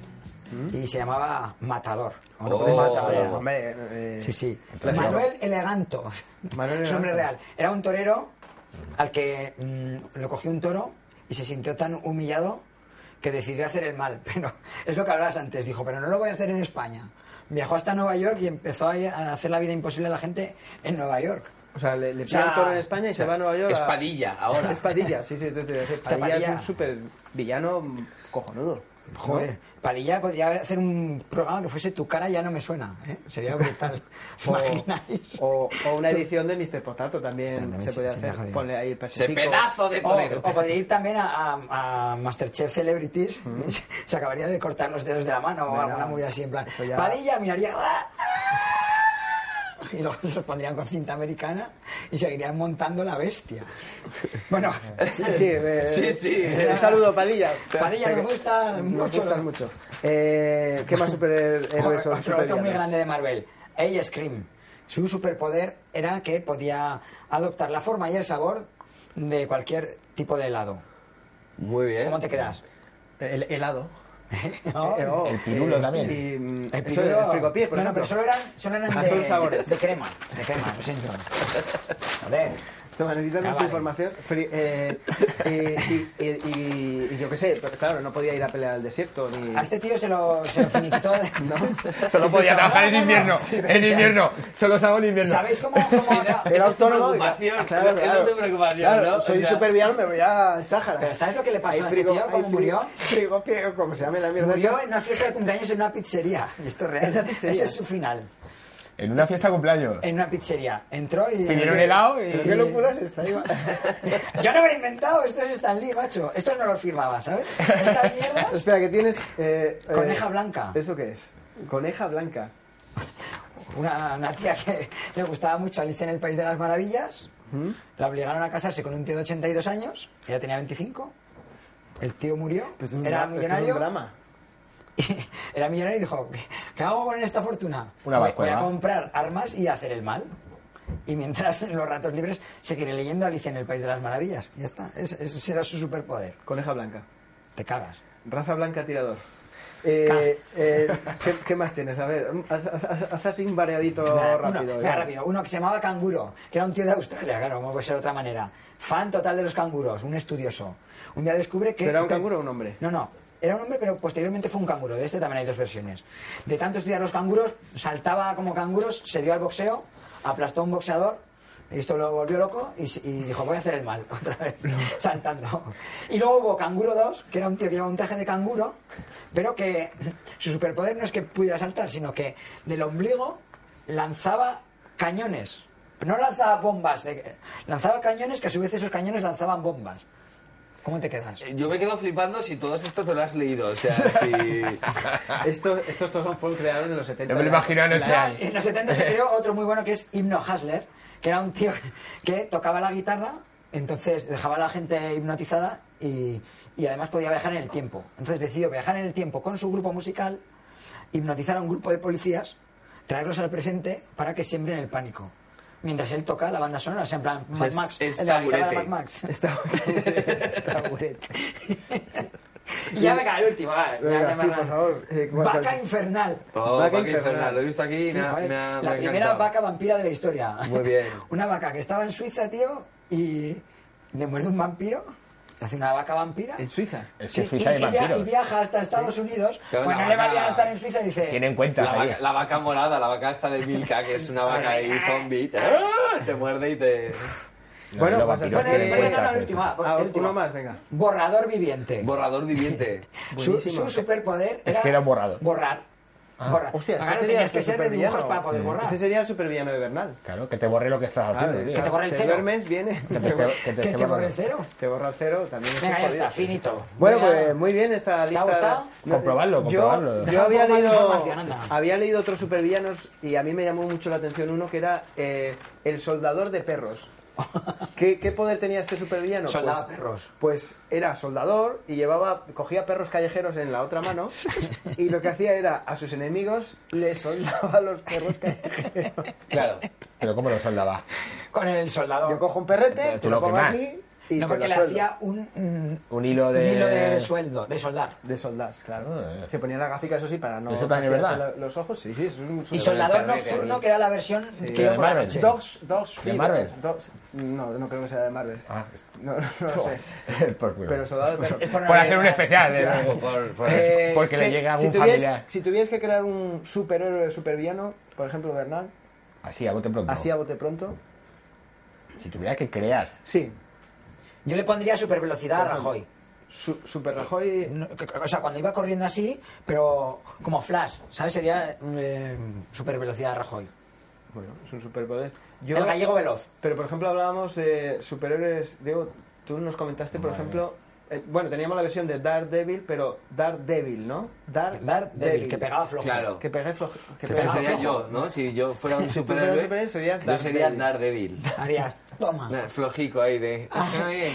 Speaker 5: Y se llamaba Matador.
Speaker 4: Oh.
Speaker 5: Hombre, Matador.
Speaker 4: Oh.
Speaker 3: Hombre, eh,
Speaker 5: Sí, sí.
Speaker 3: Clásico.
Speaker 5: Manuel Eleganto.
Speaker 3: Manuel
Speaker 5: Su nombre
Speaker 3: Eleganto.
Speaker 5: real. Era un torero al que mm, lo cogió un toro y se sintió tan humillado que decidió hacer el mal. Pero es lo que hablabas antes. Dijo, pero no lo voy a hacer en España. Viajó hasta Nueva York y empezó a- a hacer la vida imposible a la gente en Nueva York.
Speaker 3: O sea, le, le
Speaker 5: O sea,
Speaker 3: pilla un toro en España y se va a Nueva York. a-
Speaker 4: Es Padilla, ahora.
Speaker 3: Es Padilla, sí, sí. te- te- te- Padilla es
Speaker 5: Padilla.
Speaker 3: un super villano cojonudo. ¿no?
Speaker 5: Joder, Padilla podría hacer un programa que fuese Tu cara ya no me suena. ¿eh? Sería brutal. ¿Os
Speaker 3: Pues,
Speaker 5: imagináis?
Speaker 3: O, o una edición de Mr. Potato también,
Speaker 5: También
Speaker 3: se
Speaker 5: se-
Speaker 3: podía
Speaker 5: se me ha
Speaker 3: hacer.
Speaker 5: jodido.
Speaker 3: Ponle ahí el Oh,
Speaker 4: Ese
Speaker 3: pasetico.
Speaker 4: pedazo de
Speaker 5: O,
Speaker 4: torero.
Speaker 5: o podría ir también a, a- a Masterchef Celebrities. Se acabaría de cortar los dedos de la mano o
Speaker 3: Bueno,
Speaker 5: alguna movida así en plan.
Speaker 3: eso ya-
Speaker 5: Padilla miraría. Y luego se los pondrían con cinta americana y seguirían montando la bestia. Bueno,
Speaker 3: Sí, sí. eh,
Speaker 4: Sí, sí.
Speaker 3: eh, Un saludo, Padilla.
Speaker 5: Padilla nos gusta
Speaker 3: Nos
Speaker 5: mucho.
Speaker 3: gustan mucho. Eh, ¿Qué más superhéroes
Speaker 5: Otro-
Speaker 3: son
Speaker 5: otro otro muy
Speaker 3: supervillanos?
Speaker 5: grande de Marvel, Ella Scream. Su superpoder era que podía adoptar la forma y el sabor de cualquier tipo de helado.
Speaker 4: Muy bien.
Speaker 5: ¿Cómo te quedas?
Speaker 3: El helado.
Speaker 5: ¿No?
Speaker 3: Eh, oh,
Speaker 6: El pirulo
Speaker 3: eh,
Speaker 6: también.
Speaker 3: y, mm,
Speaker 5: El
Speaker 3: eso,
Speaker 5: primero-
Speaker 3: el frigopié, por
Speaker 5: no, no,
Speaker 3: ejemplo.
Speaker 5: pero solo eran, solo eran
Speaker 3: Ah,
Speaker 5: de,
Speaker 3: son sabores.
Speaker 5: de crema. De crema, lo siento. A ver,
Speaker 3: Toma, necesitamos
Speaker 5: Ah, vale.
Speaker 3: información. Fri- eh, eh, y, y- y- y yo qué sé, pero claro, no podía ir a pelear al desierto. Ni...
Speaker 5: a este tío se lo, se lo finiquitó. de-
Speaker 6: Solo podía trabajar en
Speaker 5: no, no.
Speaker 6: invierno. En invierno. Solo salgo en invierno.
Speaker 5: ¿Sabéis cómo, cómo
Speaker 4: Esa
Speaker 3: Era
Speaker 4: es tu
Speaker 3: autónomo.
Speaker 4: preocupación,
Speaker 3: claro,
Speaker 4: esa es
Speaker 3: claro.
Speaker 4: tu preocupación,
Speaker 3: Claro,
Speaker 4: ¿no?
Speaker 3: soy
Speaker 4: O sea-
Speaker 3: supervillano, me voy al Sáhara.
Speaker 5: Pero ¿sabes lo que le pasó
Speaker 3: Ahí
Speaker 5: a este
Speaker 3: frigo-
Speaker 5: tío,
Speaker 3: ahí
Speaker 5: cómo
Speaker 3: fri-
Speaker 5: murió?
Speaker 3: Frigopié, o como se llame la mierda.
Speaker 5: Murió
Speaker 3: esa.
Speaker 5: en una fiesta de cumpleaños en una pizzería. Y Esto es real.
Speaker 3: Una pizzería.
Speaker 5: Ese es su final.
Speaker 6: En una fiesta de cumpleaños.
Speaker 5: En una pizzería. Entró y...
Speaker 6: Pidieron helado y...
Speaker 3: Pero
Speaker 5: Eh,
Speaker 3: qué locura es esta, Iván.
Speaker 5: Yo no me lo he inventado. Esto es Stan Lee, macho. Esto no lo firmaba, ¿sabes? Estas mierdas...
Speaker 3: Espera, que tienes... eh, eh,
Speaker 5: Coneja blanca.
Speaker 3: ¿Eso qué es? Coneja blanca.
Speaker 5: Una, una tía que le gustaba mucho Alicia en el País de las Maravillas. La obligaron a casarse con un tío de 82 años. Ella tenía 25. El tío murió.
Speaker 3: Pero esto Pues es un
Speaker 5: era
Speaker 3: dra- esto es
Speaker 5: millonario.
Speaker 3: un drama.
Speaker 5: era millonario y dijo, ¿qué hago con esta fortuna?
Speaker 6: Una
Speaker 5: voy, voy
Speaker 6: vascuela.
Speaker 5: a comprar armas y hacer el mal. Y mientras en los ratos libres seguiré leyendo Alicia en el País de las Maravillas. Ya está. Es- Ese será su superpoder.
Speaker 3: Coneja blanca.
Speaker 5: Te cagas.
Speaker 3: Raza blanca tirador. Eh, eh, ¿qué, qué más tienes? A ver, haz, haz- haz así un variadito
Speaker 5: Nada, uno,
Speaker 3: rápido.
Speaker 5: nada,
Speaker 3: Iván.
Speaker 5: rápido. Uno que se llamaba Canguro, que era un tío de Australia, claro, como puede ser de otra manera. Fan total de los canguros, un estudioso. Un día descubre que...
Speaker 3: ¿Pero era un canguro o un hombre?
Speaker 5: No, no. Era un hombre, pero posteriormente fue un canguro. De este también hay dos versiones. De tanto estudiar los canguros, saltaba como canguros, se dio al boxeo, aplastó a un boxeador, y esto lo volvió loco y, s- y dijo, voy a hacer el mal otra vez, saltando. Y luego hubo Canguro 2, que era un tío que llevaba un traje de canguro, pero que su superpoder no es que pudiera saltar, sino que del ombligo lanzaba cañones. No lanzaba bombas, de- lanzaba cañones que a su vez esos cañones lanzaban bombas. ¿Cómo te quedas?
Speaker 4: Yo me quedo flipando si todos estos te lo has leído. O sea, si.
Speaker 3: Estos, estos todos son- fueron creados en los 70.
Speaker 6: Yo me lo imagino en el
Speaker 5: Ah,
Speaker 6: chat.
Speaker 5: en los 70 se creó otro muy bueno que es Himno Hasler, que era un tío que tocaba la guitarra, Entonces dejaba a la gente hipnotizada y, y además podía viajar en el tiempo. Entonces decidió viajar en el tiempo con su grupo musical, hipnotizar a un grupo de policías, traerlos al presente para que siembren el pánico. Mientras él toca la banda sonora, o sea, en plan
Speaker 4: sea,
Speaker 5: Mad
Speaker 4: es-
Speaker 5: Max,
Speaker 4: es
Speaker 5: el de la guitarra de
Speaker 4: taburete.
Speaker 5: Mad Max.
Speaker 3: Está taburete.
Speaker 5: Y ya venga, el último, vale.
Speaker 3: Venga,
Speaker 5: ya, ya
Speaker 3: sí,
Speaker 5: me arranco.
Speaker 3: por favor. Eh, ¿cuál-
Speaker 5: vaca
Speaker 3: cuál?
Speaker 5: infernal.
Speaker 4: Oh,
Speaker 3: Vaca
Speaker 4: vaca
Speaker 3: infernal.
Speaker 4: infernal, lo he visto aquí y
Speaker 5: Sí,
Speaker 4: me ha-
Speaker 5: joder,
Speaker 4: me ha- me
Speaker 5: la
Speaker 4: ha
Speaker 5: primera
Speaker 4: encantado.
Speaker 5: vaca vampira de la historia.
Speaker 4: Muy bien.
Speaker 5: Una vaca que estaba en Suiza, tío, y le muerde un vampiro. le Hace una vaca vampira.
Speaker 3: En Suiza.
Speaker 6: Es
Speaker 5: Sí,
Speaker 6: que Suiza
Speaker 5: y,
Speaker 6: hay
Speaker 5: y via-
Speaker 6: vampiros.
Speaker 5: y viaja hasta Estados Unidos.
Speaker 4: Claro,
Speaker 5: bueno,
Speaker 4: la
Speaker 5: no le
Speaker 4: vaca-
Speaker 5: valía estar en Suiza, dice.
Speaker 6: Tienen
Speaker 4: La
Speaker 6: cuenta.
Speaker 4: vaca, la vaca morada, la vaca esta de Milka, que es una vaca ahí zombie. Te, ¡Ah! te muerde y te.
Speaker 3: Bueno,
Speaker 6: los
Speaker 3: pues
Speaker 6: vampiros
Speaker 5: Bueno,
Speaker 3: hasta-
Speaker 6: tienen
Speaker 5: bueno,
Speaker 6: cuenta,
Speaker 5: no, no, el
Speaker 6: sí, sí.
Speaker 5: último. va,
Speaker 3: Ah,
Speaker 5: el
Speaker 3: uno
Speaker 5: último.
Speaker 3: más, venga.
Speaker 5: Borrador viviente.
Speaker 4: Borrador viviente.
Speaker 5: Su,
Speaker 3: Buenísimo.
Speaker 5: su superpoder
Speaker 6: Es que era un borrador. Ah,
Speaker 5: Borrar. borrar.
Speaker 3: Hostia, este sería
Speaker 5: Claro, tenías que
Speaker 3: nuestro
Speaker 5: ser de dibujos
Speaker 3: supervillano.
Speaker 5: para poder borrar.
Speaker 3: Ese sería el supervillano de Bernal.
Speaker 6: Claro, que te borre lo que estás haciendo,
Speaker 3: Claro,
Speaker 6: tío.
Speaker 5: que te borre el
Speaker 3: te
Speaker 5: cero.
Speaker 3: duermes, viene.
Speaker 6: Que te- que te-
Speaker 5: Que
Speaker 6: que
Speaker 5: te borre el
Speaker 6: borre.
Speaker 5: cero.
Speaker 3: Te borra el cero, también es
Speaker 5: Venga, ya
Speaker 3: jodido.
Speaker 5: está, finito.
Speaker 3: Bueno,
Speaker 5: Venga.
Speaker 3: pues muy bien esta lista.
Speaker 5: gustado?
Speaker 3: No,
Speaker 6: Comprobarlo,
Speaker 3: Yo, yo
Speaker 6: comprobarlo.
Speaker 5: Deja un
Speaker 3: había
Speaker 5: poco más de
Speaker 3: leído,
Speaker 5: información, anda.
Speaker 3: había leído otros supervillanos y a mí me llamó mucho la atención uno que era eh, el soldador de perros. ¿Qué, qué poder tenía este supervillano?
Speaker 5: Soldaba perros.
Speaker 3: Pues era soldador y llevaba, cogía perros callejeros en la otra mano y lo que hacía era a sus enemigos le soldaba los perros callejeros.
Speaker 4: Claro.
Speaker 6: Pero ¿cómo lo soldaba?
Speaker 5: Con el soldador.
Speaker 3: Yo cojo un perrete,
Speaker 6: Pero
Speaker 3: te
Speaker 6: tú
Speaker 3: lo
Speaker 6: lo
Speaker 3: pongo
Speaker 6: quemás.
Speaker 3: aquí y
Speaker 5: no,
Speaker 3: te lo
Speaker 5: porque le
Speaker 3: sueldo.
Speaker 5: hacía un, un-
Speaker 6: Un hilo de...
Speaker 5: un hilo
Speaker 6: Eh,
Speaker 5: de sueldo, de soldar.
Speaker 3: De soldadas, claro.
Speaker 6: Ah, eh.
Speaker 3: Se ponía la gafica, eso sí, para no
Speaker 6: Eso también es
Speaker 3: fastidiarse
Speaker 6: verdad.
Speaker 3: la- los ojos. Sí, sí, eso es un
Speaker 5: Y
Speaker 3: superhéroe.
Speaker 5: soldador
Speaker 4: perrete,
Speaker 5: nocturno,
Speaker 4: ahí.
Speaker 5: que era la versión que
Speaker 6: de
Speaker 5: iba por la
Speaker 6: Marvel.
Speaker 5: noche.
Speaker 3: Dogs, Dogs, Free,
Speaker 6: Marvel?
Speaker 3: Dogs, Dogs- No, no creo que sea de Marvel.
Speaker 6: Ah.
Speaker 3: No, no, no lo sé.
Speaker 6: Por- por-
Speaker 3: Pero soldado de perro.
Speaker 6: Por hacer un especial. ¿eh? de-
Speaker 4: Por- por-
Speaker 3: Eh,
Speaker 6: Porque le
Speaker 3: que
Speaker 6: llega a
Speaker 3: si
Speaker 6: algún
Speaker 3: tuvieras-
Speaker 6: familiar.
Speaker 3: Si tuvieras que crear un superhéroe o supervillano, por ejemplo, Bernal,
Speaker 6: Así, a bote pronto.
Speaker 3: así a bote pronto.
Speaker 6: Si tuviera que crear.
Speaker 3: Sí.
Speaker 5: Yo le pondría super velocidad a Rajoy.
Speaker 3: Su, super Rajoy.
Speaker 5: No, que- que- O sea, cuando iba corriendo así, pero como flash, ¿sabes? Sería eh, super velocidad a Rajoy.
Speaker 3: Bueno, es un superpoder. Yo,
Speaker 5: El gallego veloz.
Speaker 3: Pero, por ejemplo, hablábamos de superhéroes. Diego, tú nos comentaste, por ejemplo. eh, bueno, teníamos la versión de Daredevil, pero Daredevil, ¿no? Dar
Speaker 5: Dar débil, que pegaba flojo.
Speaker 4: Claro.
Speaker 3: Que pegué flojo. Que
Speaker 4: Ese
Speaker 3: pegaba
Speaker 4: sería
Speaker 3: flojo.
Speaker 4: yo, ¿no? Si yo fuera un
Speaker 3: Si tú fueras un superhéroe,
Speaker 4: superhéroe,
Speaker 3: serías
Speaker 4: yo sería
Speaker 3: Daredevil.
Speaker 4: Daredevil.
Speaker 5: Harías, toma,
Speaker 4: Nah, Flojico ahí de. "Ah, bien,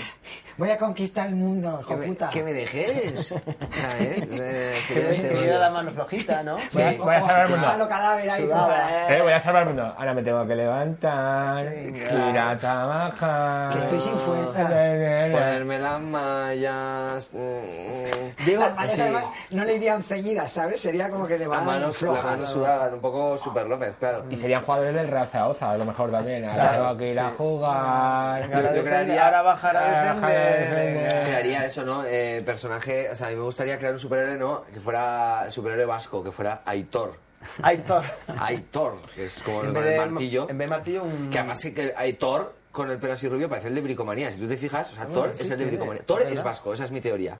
Speaker 5: voy a conquistar el mundo, hijo
Speaker 4: que me-
Speaker 5: puta.
Speaker 4: que me dejes? Ah, ¿eh? Eh,
Speaker 3: Que
Speaker 4: sería
Speaker 3: me-
Speaker 4: este
Speaker 3: que me
Speaker 4: rollo.
Speaker 3: dio la mano flojita, ¿no?
Speaker 4: Sí.
Speaker 5: Voy a-
Speaker 6: Voy a salvar el mundo.
Speaker 5: Malo cadáver ahí.
Speaker 3: Sudaba,
Speaker 5: toda-
Speaker 6: Eh, voy a salvar el mundo. Ahora me tengo que levantar. Ir a trabajar. Eh,
Speaker 5: Que estoy sin fuerzas.
Speaker 6: fuerza.
Speaker 4: Ponerme las mallas. mm, mm.
Speaker 5: Diego, las
Speaker 4: Las mallas,
Speaker 5: mallas
Speaker 4: además,
Speaker 5: además no le irían ceñidas, ¿sabes? Sería como que de
Speaker 4: La mano, la mano sudada, un poco Super López, claro.
Speaker 6: Y serían jugadores del Real Zaragoza, a lo mejor también. Ahora tengo que ir a jugar.
Speaker 3: Ahora
Speaker 4: yo
Speaker 3: defende,
Speaker 4: crearía-
Speaker 3: ahora bajar a
Speaker 6: ahora bajar a
Speaker 3: defender.
Speaker 6: defender.
Speaker 4: Crearía eso, ¿no? Eh, personaje, o sea, a mí me gustaría crear un superhéroe, ¿no? Que fuera superhéroe vasco, que fuera Aitor.
Speaker 3: Aitor.
Speaker 4: Aitor, que es como
Speaker 3: En
Speaker 4: con
Speaker 3: vez
Speaker 4: el
Speaker 3: de-
Speaker 4: martillo.
Speaker 3: En vez de martillo, un.
Speaker 4: Que además sí que hay Thor con el pelo así rubio parece el de bricomanía. Si tú te fijas, o
Speaker 3: Ah,
Speaker 4: sea, Thor es el de bricomanía. Thor es vasco, esa es mi teoría.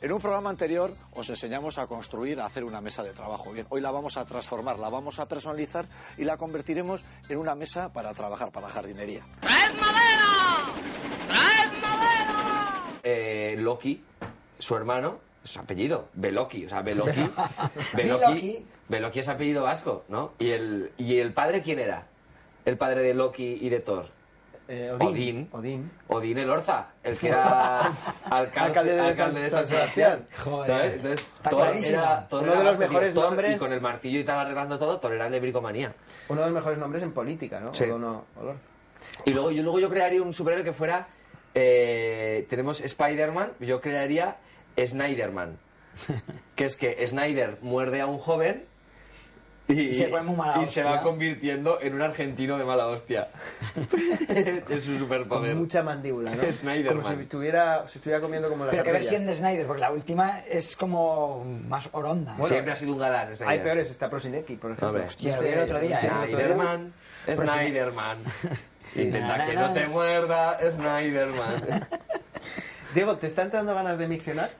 Speaker 9: En un programa anterior os enseñamos a construir, a hacer una mesa de trabajo. Bien, hoy la vamos a transformar, la vamos a personalizar y la convertiremos en una mesa para trabajar, para jardinería.
Speaker 4: Eh, Loki, su hermano, su apellido, Beloki, o sea, Beloki.
Speaker 5: Beloki.
Speaker 4: Beloki, Beloki es apellido vasco, ¿no? ¿Y el, ¿Y el padre quién era? El padre de Loki y de Thor.
Speaker 3: eh,
Speaker 4: Odín.
Speaker 3: Odín.
Speaker 4: Odín el Orza, el que era alcalde,
Speaker 3: Alcalde de
Speaker 4: alcalde
Speaker 3: San- San Sebastián.
Speaker 4: ¿Sabes?
Speaker 5: Joder.
Speaker 4: Entonces,
Speaker 5: Está
Speaker 4: Thor
Speaker 5: clarísimo.
Speaker 4: era, Thor
Speaker 3: Uno
Speaker 4: era
Speaker 3: de los
Speaker 4: vasco, tío,
Speaker 3: mejores
Speaker 4: Thor,
Speaker 3: nombres.
Speaker 4: Y con el martillo y tal arreglando todo, Thor era el de bricomanía.
Speaker 3: Uno de los mejores nombres en política, ¿no?
Speaker 4: Sí.
Speaker 3: Odono- Olor.
Speaker 4: Y luego yo, luego yo crearía un superhéroe que fuera. eh, tenemos Spider-Man, yo crearía Snyderman. Que es que Snyder muerde a un joven y,
Speaker 5: Y se pone muy mala
Speaker 4: y se va
Speaker 5: hostia.
Speaker 4: convirtiendo en un argentino de mala hostia. es su superpoder.
Speaker 3: Con mucha mandíbula, ¿no?
Speaker 4: Snyderman.
Speaker 3: Como si estuviera, si estuviera comiendo como la
Speaker 5: Pero qué
Speaker 3: guerrilla.
Speaker 5: versión de Snyder, porque la última es como más oronda.
Speaker 3: Bueno,
Speaker 4: Siempre ha sido un galán Snyder.
Speaker 3: Hay peores, está Prosinecki, por ejemplo.
Speaker 4: Hombre.
Speaker 5: Hostia, lo vi el otro día,
Speaker 3: Este
Speaker 5: ¿eh? Pues
Speaker 3: otro día.
Speaker 4: Snyderman, Snyderman. Intenta
Speaker 5: sí.
Speaker 4: que no te muerda, Snyderman.
Speaker 3: Diego, ¿te están dando ganas de miccionar?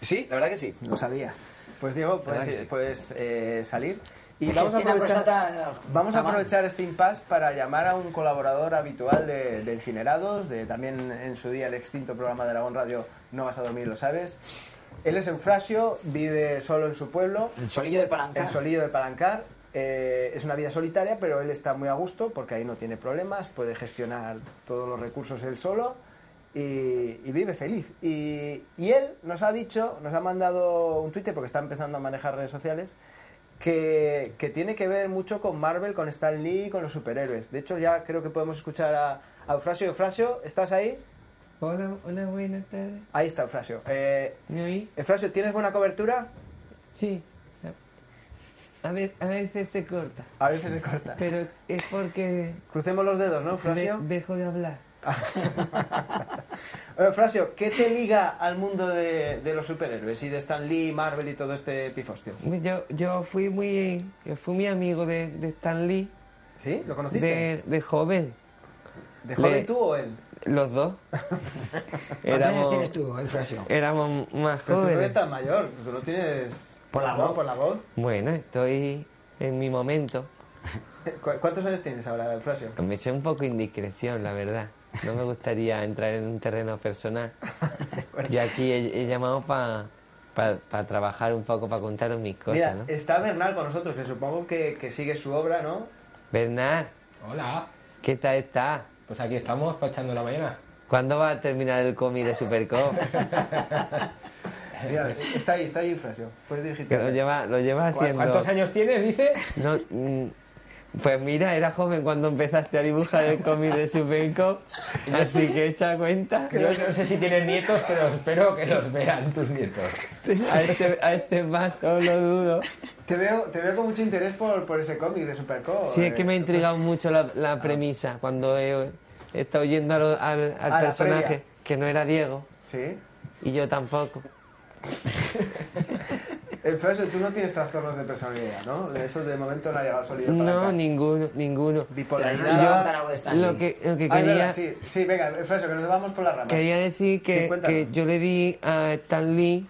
Speaker 4: Sí, la verdad que sí.
Speaker 3: Lo sabía. Pues Diego, puedes,
Speaker 4: ¿Verdad que sí?
Speaker 3: puedes, eh, salir. Y
Speaker 5: Es que
Speaker 3: vamos a,
Speaker 5: tiene la
Speaker 3: aprovechar,
Speaker 5: próstata
Speaker 3: vamos a
Speaker 5: mal.
Speaker 3: aprovechar este impasse para llamar a un colaborador habitual de, de Incinerados, de también en su día el extinto programa de Aragón Radio No vas a dormir, lo sabes. Él es Eufrasio, vive solo en su pueblo,
Speaker 5: El solillo del palanca.
Speaker 3: el solillo de Palancar. eh, es una vida solitaria, pero él está muy a gusto porque ahí no tiene problemas, puede gestionar todos los recursos él solo y, y vive feliz. Y, y él nos ha dicho, nos ha mandado un Twitter porque está empezando a manejar redes sociales, que, que tiene que ver mucho con Marvel, con Stan Lee, con los superhéroes. De hecho, ya creo que podemos escuchar a, a Eufrasio. Eufrasio, ¿estás ahí?
Speaker 4: Hola, hola, buenas tardes.
Speaker 3: Ahí está Eufrasio. Eh,
Speaker 4: ¿Me oí?
Speaker 3: Eufrasio, ¿tienes buena cobertura?
Speaker 4: Sí. A, ve- a veces se corta,
Speaker 3: A veces se corta.
Speaker 4: pero es porque
Speaker 3: Crucemos los dedos, ¿no,
Speaker 4: de-
Speaker 3: Eufrasio?
Speaker 4: dejo de hablar.
Speaker 3: Oye, Frasio, ¿qué te liga al mundo de, de los superhéroes y de Stan Lee, Marvel y todo este pifostio?
Speaker 4: Yo, yo fui muy yo fui muy amigo de, de Stan Lee,
Speaker 3: ¿Sí? ¿Lo conociste?
Speaker 4: de, de joven,
Speaker 3: ¿De joven
Speaker 4: de-
Speaker 3: tú o él?
Speaker 4: los dos.
Speaker 5: ¿Cuántos años tienes tú, Eufrasio?
Speaker 4: éramos más
Speaker 3: Pero Pues tú no eres
Speaker 4: jóvenes.
Speaker 3: tan mayor, pues tú no tienes...
Speaker 5: Por la
Speaker 3: ¿no?
Speaker 5: voz.
Speaker 3: Por la voz.
Speaker 4: Bueno, estoy en mi momento.
Speaker 3: ¿Cu- ¿Cuántos años tienes ahora, Frasio?
Speaker 4: Me sé un poco indiscreción, la verdad. No me gustaría entrar en un terreno personal. Yo aquí he, he llamado para trabajar un poco, para contaros mis
Speaker 3: Mira,
Speaker 4: cosas, ¿no?
Speaker 3: está Bernal con nosotros, que supongo que, que sigue su obra, ¿no?
Speaker 4: Bernard,
Speaker 6: Hola.
Speaker 4: ¿qué tal está?
Speaker 6: Pues aquí estamos pachando la mañana.
Speaker 4: ¿Cuándo va a terminar el cómic de Supercop?
Speaker 3: Mira, está ahí, está ahí Frasio. Puedes dirigirte.
Speaker 4: Que lo lleva, lo lleva
Speaker 6: ¿Cu-
Speaker 4: haciendo...
Speaker 6: ¿Cuántos años tienes, dice?
Speaker 4: No, mm, pues mira, era joven cuando empezaste a dibujar el cómic de Supercop, así que echa cuenta.
Speaker 6: Yo no sé si tienes nietos, pero espero que los vean tus nietos.
Speaker 4: A este, a este paso lo dudo.
Speaker 3: Te veo, te veo con mucho interés por, por ese cómic de Superco. eh,
Speaker 4: Sí, es que me ha intrigado mucho la, la premisa cuando he, he estado oyendo a lo- al, al
Speaker 3: A la
Speaker 4: personaje,
Speaker 3: previa.
Speaker 4: que no era Diego,
Speaker 3: Sí.
Speaker 4: y yo tampoco.
Speaker 3: Eh, Frasio, tú no tienes trastornos de personalidad, ¿no? Eso de momento no ha llegado sólido para
Speaker 4: No,
Speaker 3: acá.
Speaker 4: ninguno,
Speaker 5: Pero no se va
Speaker 4: ninguno.
Speaker 5: a
Speaker 3: Bipolaridad...
Speaker 5: contar algo de Stan
Speaker 4: Lo
Speaker 5: Lee.
Speaker 4: que, lo que
Speaker 3: Ah, es verdad,
Speaker 4: quería,
Speaker 3: sí, sí, venga, eh, Fresco, que nos vamos por las ramas.
Speaker 4: quería decir
Speaker 3: Sí,
Speaker 4: que,
Speaker 3: cuéntalo.
Speaker 4: que yo le di a Stan Lee,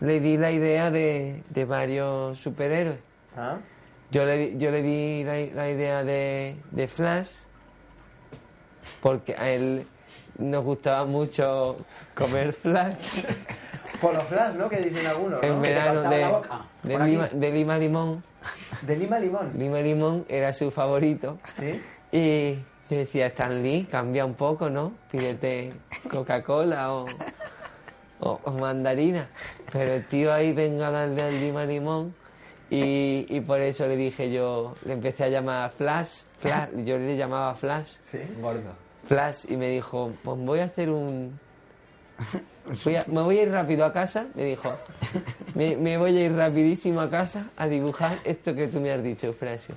Speaker 4: le di la idea de, de varios superhéroes.
Speaker 3: ¿Ah?
Speaker 4: Yo le, di- yo le di la, la idea de, de Flash porque a él nos gustaba mucho comer Flash.
Speaker 3: Polo Flash, ¿no? Que dicen algunos,
Speaker 4: En
Speaker 3: ¿no?
Speaker 4: verano
Speaker 5: cortaba la
Speaker 4: de,
Speaker 5: boca,
Speaker 4: de
Speaker 5: por aquí.
Speaker 4: Lima, de Lima Limón.
Speaker 3: De Lima Limón.
Speaker 4: Lima Limón era su favorito.
Speaker 3: ¿Sí?
Speaker 4: Y yo decía, Stan Lee, cambia un poco, ¿no? Pídete Coca-Cola o, o- o mandarina. Pero el tío ahí venga a darle al Lima Limón. Y, y por eso le dije yo, le empecé a llamar Flash, Flash, yo le llamaba Flash,
Speaker 3: Sí.
Speaker 6: Gordo.
Speaker 4: Flash, y me dijo, pues voy a hacer un... voy a- me voy a ir rápido a casa, me dijo, me, me voy a ir rapidísimo a casa a dibujar esto que tú me has dicho, Flash.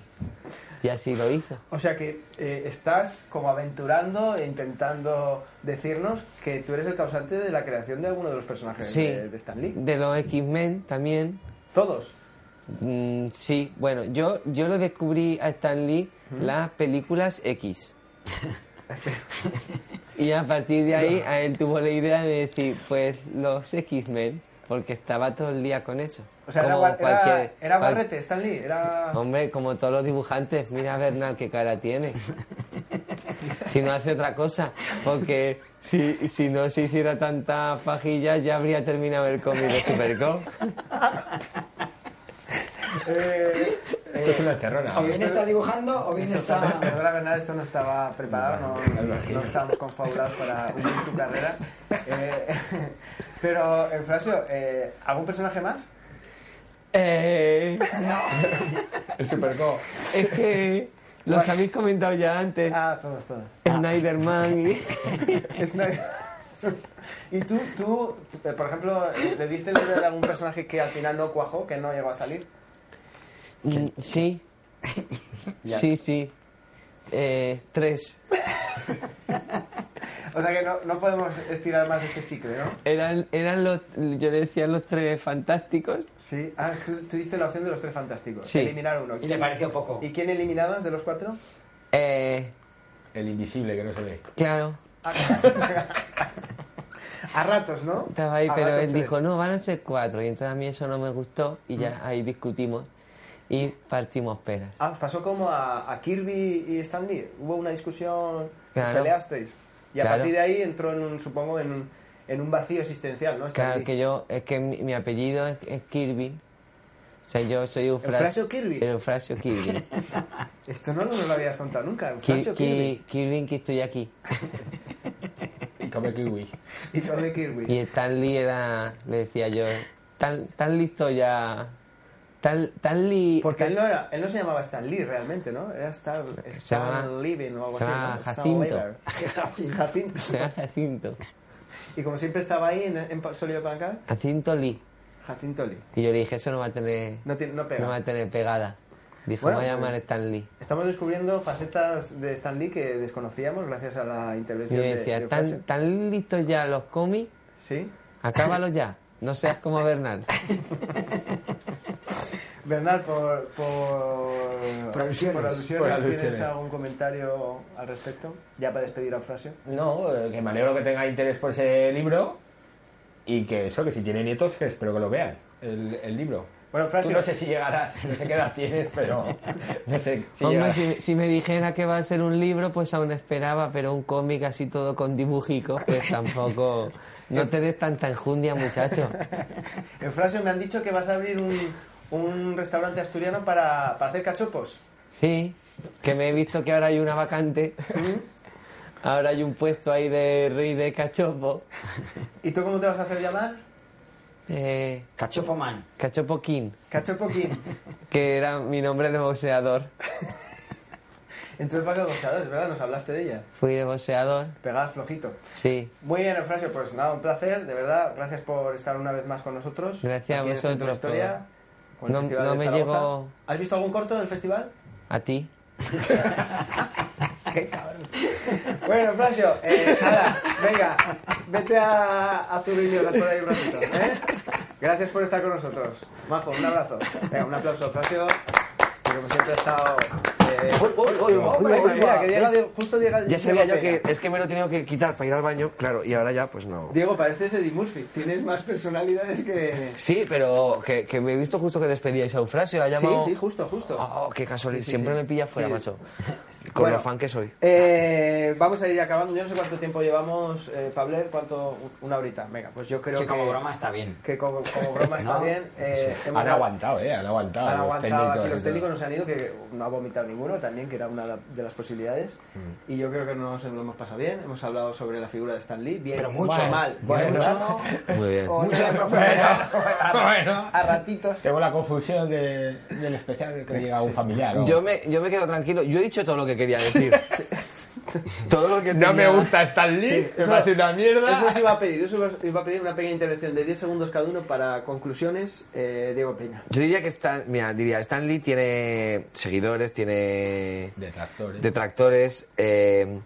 Speaker 4: Y así lo hizo.
Speaker 3: O sea que eh, estás como aventurando e intentando decirnos que tú eres el causante de la creación de alguno de los personajes
Speaker 4: Sí,
Speaker 3: Pues, de, de Stan Lee.
Speaker 4: de los X-Men también.
Speaker 3: Todos.
Speaker 4: Mm, sí, bueno, yo, yo lo descubrí a Stan Lee las películas X. y a partir de ahí a él tuvo la idea de decir, pues los X-Men, porque estaba todo el día con eso.
Speaker 3: O sea, era,
Speaker 4: Como
Speaker 3: guar- era-
Speaker 4: cualquier-
Speaker 3: era
Speaker 4: cual-
Speaker 3: guarrete Stan Lee, era...
Speaker 4: Hombre, como todos los dibujantes, mira a Bernal qué cara tiene. Si no hace otra cosa, porque si, si no se hiciera tanta pajilla ya habría terminado el cómic de Supercop.
Speaker 3: Eh,
Speaker 6: Esto es una terrona.
Speaker 5: O bien está dibujando o bien
Speaker 3: esto está-
Speaker 5: está...
Speaker 3: Perdona, Bernal, esto no estaba preparado, no, no estábamos confabulados para unir tu carrera. Eh, pero, Eufrasio, eh, ¿algún personaje más?
Speaker 4: Eh,
Speaker 6: El Superco.
Speaker 4: es que los habéis comentado ya antes.
Speaker 3: Ah, todos, todos.
Speaker 4: Snyderman y...
Speaker 3: Es una- ¿Y tú, tú, eh, por ejemplo, eh, le diste el nombre de algún personaje que al final no cuajó, que no llegó a salir?
Speaker 4: Mm, Sí. Sí, sí. Eh, tres.
Speaker 3: O sea que no, no podemos estirar más este chicle, ¿no?
Speaker 4: Eran, eran los, yo le decía los tres fantásticos.
Speaker 3: Sí. Ah, tú, tú diste la opción de los tres fantásticos.
Speaker 4: Sí.
Speaker 3: Eliminar uno.
Speaker 5: Y le pareció poco.
Speaker 3: ¿Y quién eliminabas de los cuatro?
Speaker 4: Eh,
Speaker 6: El invisible que no se ve.
Speaker 4: claro,
Speaker 3: A ratos, ¿no?
Speaker 4: estaba ahí,
Speaker 3: A
Speaker 4: pero
Speaker 3: ratos
Speaker 4: él
Speaker 3: tres.
Speaker 4: dijo, no, van a ser cuatro. Y entonces a mí eso no me gustó y ya ahí discutimos y partimos peras.
Speaker 3: Mm. Ah, pasó como a, a Kirby y Stan Lee. Hubo una discusión, os
Speaker 4: Claro.
Speaker 3: peleasteis. Y a
Speaker 4: Claro.
Speaker 3: partir de ahí entró en un, supongo, en un, en un vacío existencial, ¿no? Stan
Speaker 4: Claro,
Speaker 3: Lee?
Speaker 4: que yo, es que mi, mi apellido es, es Kirby. O sea, yo soy un
Speaker 3: ¿Eufrasio Kirby?
Speaker 4: Eufrasio Kirby.
Speaker 3: Esto no nos lo habías contado nunca.
Speaker 4: Ki-
Speaker 3: Eufrasio Kirby.
Speaker 4: Ki- Kirby, que estoy aquí.
Speaker 6: ¿Y Come kiwi.
Speaker 3: Y come kiwi.
Speaker 10: Y Stan Lee era, le decía yo, tan, tan listo ya. Tan, tan li,
Speaker 3: Porque
Speaker 10: tan-
Speaker 3: él no, era, él no se llamaba Stan Lee realmente, ¿no? Era Stan,
Speaker 10: llamaba-
Speaker 3: Stan Living o algo
Speaker 10: se
Speaker 3: así.
Speaker 10: llamaba
Speaker 3: ¿no? Stan
Speaker 10: Jacinto.
Speaker 3: Lever. Jacinto.
Speaker 10: se llama Jacinto.
Speaker 3: Y como siempre estaba ahí en, en Solido Palancar,
Speaker 10: Jacinto Lee.
Speaker 3: Jacinto Lee.
Speaker 10: Y yo le dije, eso no va a tener,
Speaker 3: No, tiene, no pega.
Speaker 10: no va a tener pegada. Dijo,
Speaker 3: Bueno,
Speaker 10: me va a llamar
Speaker 3: pues-
Speaker 10: Stan Lee.
Speaker 3: Estamos descubriendo facetas de Stan Lee que desconocíamos gracias a la
Speaker 10: Y
Speaker 3: intervención
Speaker 10: yo
Speaker 3: de, de
Speaker 10: decía, ¿tan,
Speaker 3: Fraser.
Speaker 10: tan listos ya los cómics?
Speaker 3: Sí.
Speaker 10: Acábalos ya. No seas como Bernal.
Speaker 3: Bernal, por, por,
Speaker 5: Por alusiones.
Speaker 3: por alusiones,
Speaker 6: Por alusiones.
Speaker 3: ¿tienes algún comentario al respecto? Ya para despedir a Frasio.
Speaker 6: No, eh, que me alegro que tenga interés por ese libro y que eso, que si tiene nietos, que espero que lo vean, el, el libro.
Speaker 3: Bueno, Frasio.
Speaker 6: Tú no sé si llegarás, no sé qué edad tienes, pero no sé si
Speaker 10: Hombre,
Speaker 6: llegarás.
Speaker 10: si, si me dijera que va a ser un libro, pues aún esperaba, pero un cómic así todo con dibujicos, pues tampoco... No te des tanta enjundia, muchacho.
Speaker 3: En Frasio me han dicho que vas a abrir un, un restaurante asturiano para, para hacer cachopos.
Speaker 10: Sí, que me he visto que ahora hay una vacante. Ahora hay un puesto ahí de rey de cachopo.
Speaker 3: ¿Y tú cómo te vas a hacer llamar?
Speaker 10: Eh,
Speaker 5: Cachopo man.
Speaker 10: cachopo King,
Speaker 3: Cachopo King.
Speaker 10: que era mi nombre de boxeador.
Speaker 3: Entonces para que boxeadores, ¿verdad? Nos hablaste de ella.
Speaker 10: Fui de boxeador,
Speaker 3: Pegabas flojito.
Speaker 10: sí.
Speaker 3: Muy bien, Eufrasio, pues nada, un placer, de verdad. Gracias por estar una vez más con nosotros.
Speaker 10: Gracias a
Speaker 3: Aquí en el Centro
Speaker 10: vosotros
Speaker 3: de Historia, con el
Speaker 10: No-
Speaker 3: Festival
Speaker 10: no
Speaker 3: de
Speaker 10: me
Speaker 3: Zaragoza.
Speaker 10: llegó-
Speaker 3: ¿Has visto algún corto del festival?
Speaker 10: A ti.
Speaker 3: ¡Qué cabrón! bueno, Eufrasio, eh, nada, venga, vete a, a Zurrillo, por ahí un ratito, ¿eh? Gracias por estar con nosotros. Majo, un abrazo. Venga, un aplauso, Eufrasio, que como siempre ha estado... eh, Hombre, mira, que llega de- justo llega
Speaker 4: Ya
Speaker 3: Diego
Speaker 4: sabía yo
Speaker 3: Peña.
Speaker 4: que es que me lo he tenido que quitar para ir al baño, claro, y ahora ya pues no.
Speaker 3: Diego, pareces Eddie Murphy. Tienes más personalidades que...
Speaker 4: Sí, pero que, que me he visto justo que despedíais a Eufrasio, ha
Speaker 3: Sí,
Speaker 4: llamado...
Speaker 3: sí, justo, justo.
Speaker 4: Oh, qué casualidad,
Speaker 3: Sí, sí,
Speaker 4: siempre
Speaker 3: sí.
Speaker 4: me pilla fuera,
Speaker 3: Sí.
Speaker 4: macho. Con
Speaker 3: Bueno,
Speaker 4: lo fan que soy.
Speaker 3: Eh, vamos a ir acabando. Yo no sé cuánto tiempo llevamos, eh, Pabler, cuánto... Una horita. Venga, pues yo creo
Speaker 5: Que
Speaker 3: que...
Speaker 5: como broma está bien.
Speaker 3: Que como, como broma está
Speaker 5: No.
Speaker 3: bien. Eh, hemos
Speaker 6: Han
Speaker 3: dado-
Speaker 6: aguantado, eh, han aguantado.
Speaker 3: Han
Speaker 6: los
Speaker 3: aguantado aquí los
Speaker 6: técnicos y todo.
Speaker 3: técnicos, nos han ido, que no ha vomitado ninguno también, que era una de las posibilidades.
Speaker 5: Mm.
Speaker 3: Y yo creo que nos lo hemos pasado bien. Hemos hablado sobre la figura de Stan Lee, bien,
Speaker 5: Pero mucho.
Speaker 3: mal,
Speaker 5: ¿eh?
Speaker 3: mal. bien,
Speaker 6: Bueno.
Speaker 3: mal.
Speaker 4: Muy bien.
Speaker 3: O
Speaker 5: Mucho de
Speaker 3: no,
Speaker 6: Bueno, bueno.
Speaker 3: A ratitos.
Speaker 6: Tengo la confusión de- del especial que llega un familiar. ¿no?
Speaker 4: Yo me, yo me quedo tranquilo. Yo he dicho todo lo que quería decir. todo lo que
Speaker 6: No me
Speaker 4: tenía-
Speaker 6: gusta Stan Lee, me
Speaker 3: eso-
Speaker 6: parece una
Speaker 3: Eso os
Speaker 6: mierda.
Speaker 3: iba a pedir, eso os iba a pedir una pequeña intervención de 10 segundos cada uno para conclusiones, eh, Diego Peña.
Speaker 4: Yo diría que Stan, mira, diría, Stan Lee tiene seguidores, tiene
Speaker 6: Detractores.
Speaker 4: detractores. eh,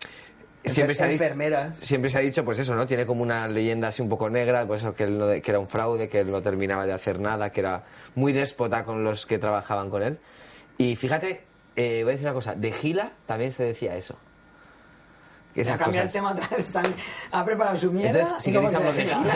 Speaker 4: siempre, se ha dicho,
Speaker 3: Enfermeras.
Speaker 4: siempre se ha dicho, pues eso, ¿no? Tiene como una leyenda así un poco negra, pues eso, que, él no de- que era un fraude, que él no terminaba de hacer nada, que era muy déspota con los que trabajaban con él. Y fíjate, eh, voy a decir una cosa, de Gila también se decía eso. Que
Speaker 5: Se ha
Speaker 4: esas
Speaker 5: cambiado el
Speaker 4: cosas.
Speaker 5: tema otra vez. Están, ha preparado su mierda.
Speaker 4: Entonces, si
Speaker 5: y luego
Speaker 4: queréis
Speaker 5: te
Speaker 4: hablo de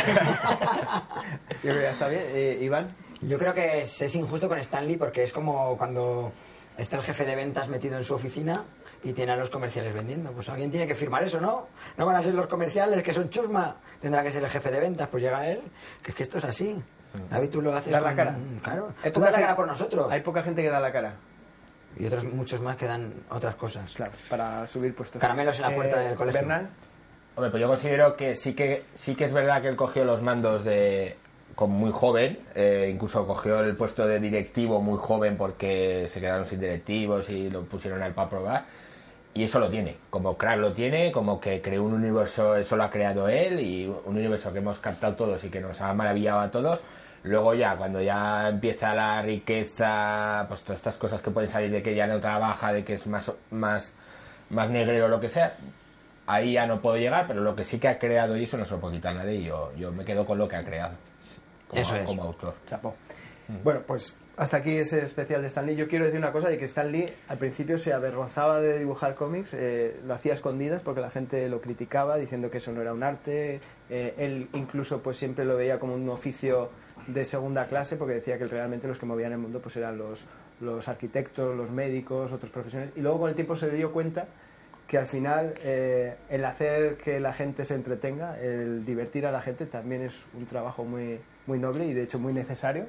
Speaker 3: Yo creo que ya está bien. Eh, Iván,
Speaker 5: Yo creo que es, es injusto con Stanley porque es como cuando está el jefe de ventas metido en su oficina y tiene a los comerciales vendiendo. Pues alguien tiene que firmar eso, ¿no? No van a ser los comerciales que son chusma. Tendrá que ser el jefe de ventas. Pues llega él. Que es que esto es así. David, tú lo haces.
Speaker 3: Mm. dar la
Speaker 5: con-
Speaker 3: cara.
Speaker 5: Eh, mm, Claro.
Speaker 3: Hay
Speaker 5: Tú
Speaker 3: poca
Speaker 5: das la
Speaker 3: gen-
Speaker 5: cara por nosotros.
Speaker 3: Hay poca gente que da la cara,
Speaker 5: Y otros muchos más que dan otras cosas.
Speaker 3: claro, para subir puestos. Eh,
Speaker 5: Caramelos en la puerta del colegio.
Speaker 3: Bernal,
Speaker 6: Hombre, pues yo considero que sí que sí que es verdad que él cogió los mandos de con muy joven, eh, incluso cogió el puesto de directivo muy joven porque se quedaron sin directivos y lo pusieron a él para probar. Y eso lo tiene, como Crack lo tiene, como que creó un universo, eso lo ha creado él y un universo que hemos captado todos y que nos ha maravillado a todos. Luego ya, cuando ya empieza la riqueza, pues todas estas cosas que pueden salir de que ya no trabaja, de que es más, más, más negrero o lo que sea, ahí ya no puedo llegar, pero lo que sí que ha creado y eso no se lo puede quitar nadie y yo, yo me quedo con lo que ha creado. Como,
Speaker 5: Eso es.
Speaker 6: como autor.
Speaker 3: chapó. Bueno, pues hasta aquí ese especial de Stan Lee. Yo quiero decir una cosa, de que Stan Lee al principio se avergonzaba de dibujar cómics, eh, lo hacía a escondidas porque la gente lo criticaba diciendo que eso no era un arte. Eh, él incluso pues siempre lo veía como un oficio de segunda clase porque decía que realmente los que movían el mundo pues eran los, los arquitectos, los médicos, otros profesiones. Y luego con el tiempo se dio cuenta que al final eh, el hacer que la gente se entretenga, el divertir a la gente también es un trabajo muy, muy noble y de hecho muy necesario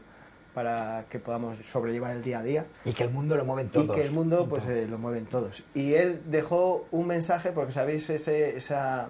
Speaker 3: para que podamos sobrellevar el día a día
Speaker 5: Y que el mundo lo mueven todos.
Speaker 3: y que el mundo eh, pues eh, lo mueven todos. Y él dejó un mensaje porque sabéis ese, esa,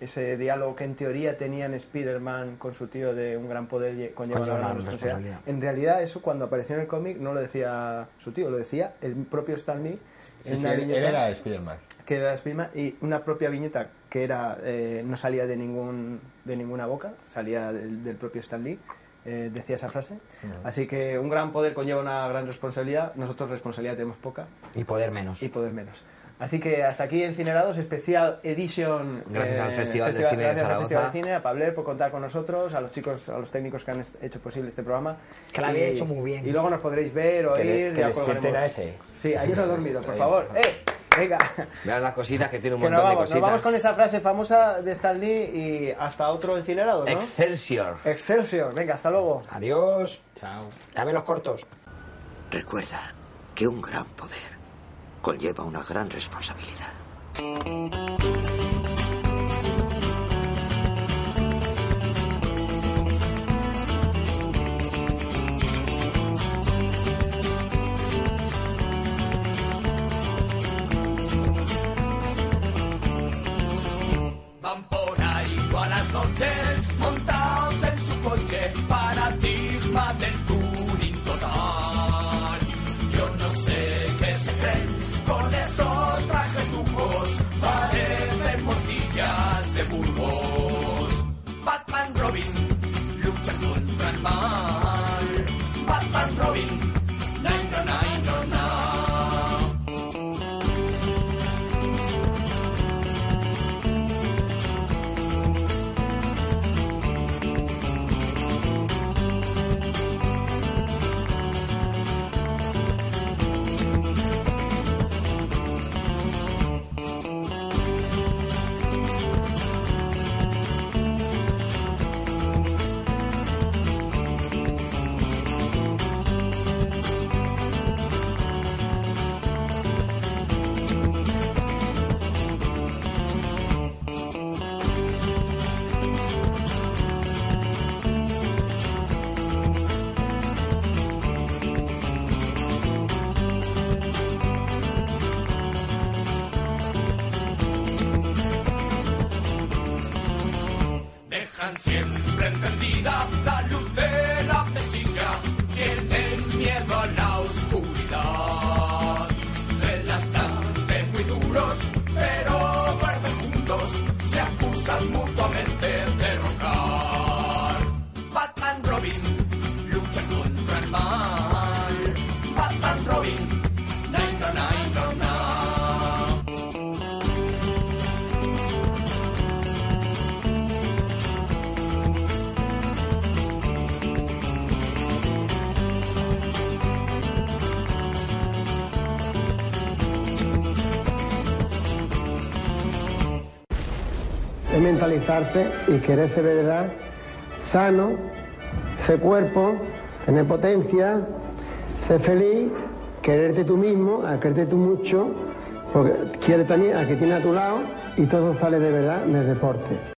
Speaker 3: ese diálogo que en teoría tenían Spider-Man con su tío de un gran poder lle- conlleva una
Speaker 5: Conlleva
Speaker 3: gran
Speaker 5: una
Speaker 3: responsabilidad.
Speaker 5: responsabilidad.
Speaker 3: En realidad eso cuando apareció en el cómic no lo decía su tío, lo decía el propio Stan Lee
Speaker 6: Sí,
Speaker 3: en
Speaker 6: sí,
Speaker 3: una
Speaker 6: él, él
Speaker 3: viñeta
Speaker 6: era Spider-Man.
Speaker 3: que era Spiderman y una propia viñeta que era eh, no salía de ningún de ninguna boca salía del, del propio Stan Lee eh, decía esa frase así que un gran poder conlleva una gran responsabilidad nosotros responsabilidad tenemos poca
Speaker 5: Y poder menos.
Speaker 4: Pues
Speaker 3: y poder menos así que hasta aquí Encinerados especial edition
Speaker 4: Gracias al Festival de Cine de
Speaker 3: gracias al
Speaker 4: Zaragoza.
Speaker 3: Festival de Cine a Pabler por contar con nosotros a los chicos a los técnicos que han est- hecho posible este programa
Speaker 5: Que lo había hecho muy bien.
Speaker 3: y luego nos podréis ver oír
Speaker 6: Que de- que
Speaker 3: ya
Speaker 6: despierten
Speaker 3: colgaremos.
Speaker 6: a ese.
Speaker 3: sí hay uno dormido por favor eh venga
Speaker 4: Vean las cositas que tiene un
Speaker 3: que
Speaker 4: montón
Speaker 3: nos vamos,
Speaker 4: de
Speaker 3: nos vamos
Speaker 4: cositas.
Speaker 3: con esa frase famosa de Stan Lee y hasta otro incinerado, ¿no?
Speaker 4: Excelsior.
Speaker 3: Excelsior, venga, hasta luego.
Speaker 5: Adiós.
Speaker 6: Chao.
Speaker 5: Dame los cortos.
Speaker 11: Recuerda que un gran poder conlleva una gran responsabilidad.
Speaker 12: Van por ahí todas las noches montados en su coche paradigma del tuning total. Yo no sé qué se creen con esos trajetucos, parecen morcillas de burgos. Batman Robin luchan contra el mal. Batman Robin, nine no, nine no, no. Dejan siempre encendida la luz de la mesilla. Tienen miedo a la oscuridad. Se las dan de muy duros, pero duermen juntos. Se acusan mutuamente de rogar. Batman Robin luchan contra el mal. Batman Robin, nine, no, nine, no, no.
Speaker 13: es mentalizarte y querer verdad, sano, ser cuerpo, tener potencia, ser feliz, quererte tú mismo, a quererte tú mucho, porque quiere también al que tiene a tu lado y todo sale de verdad en el deporte.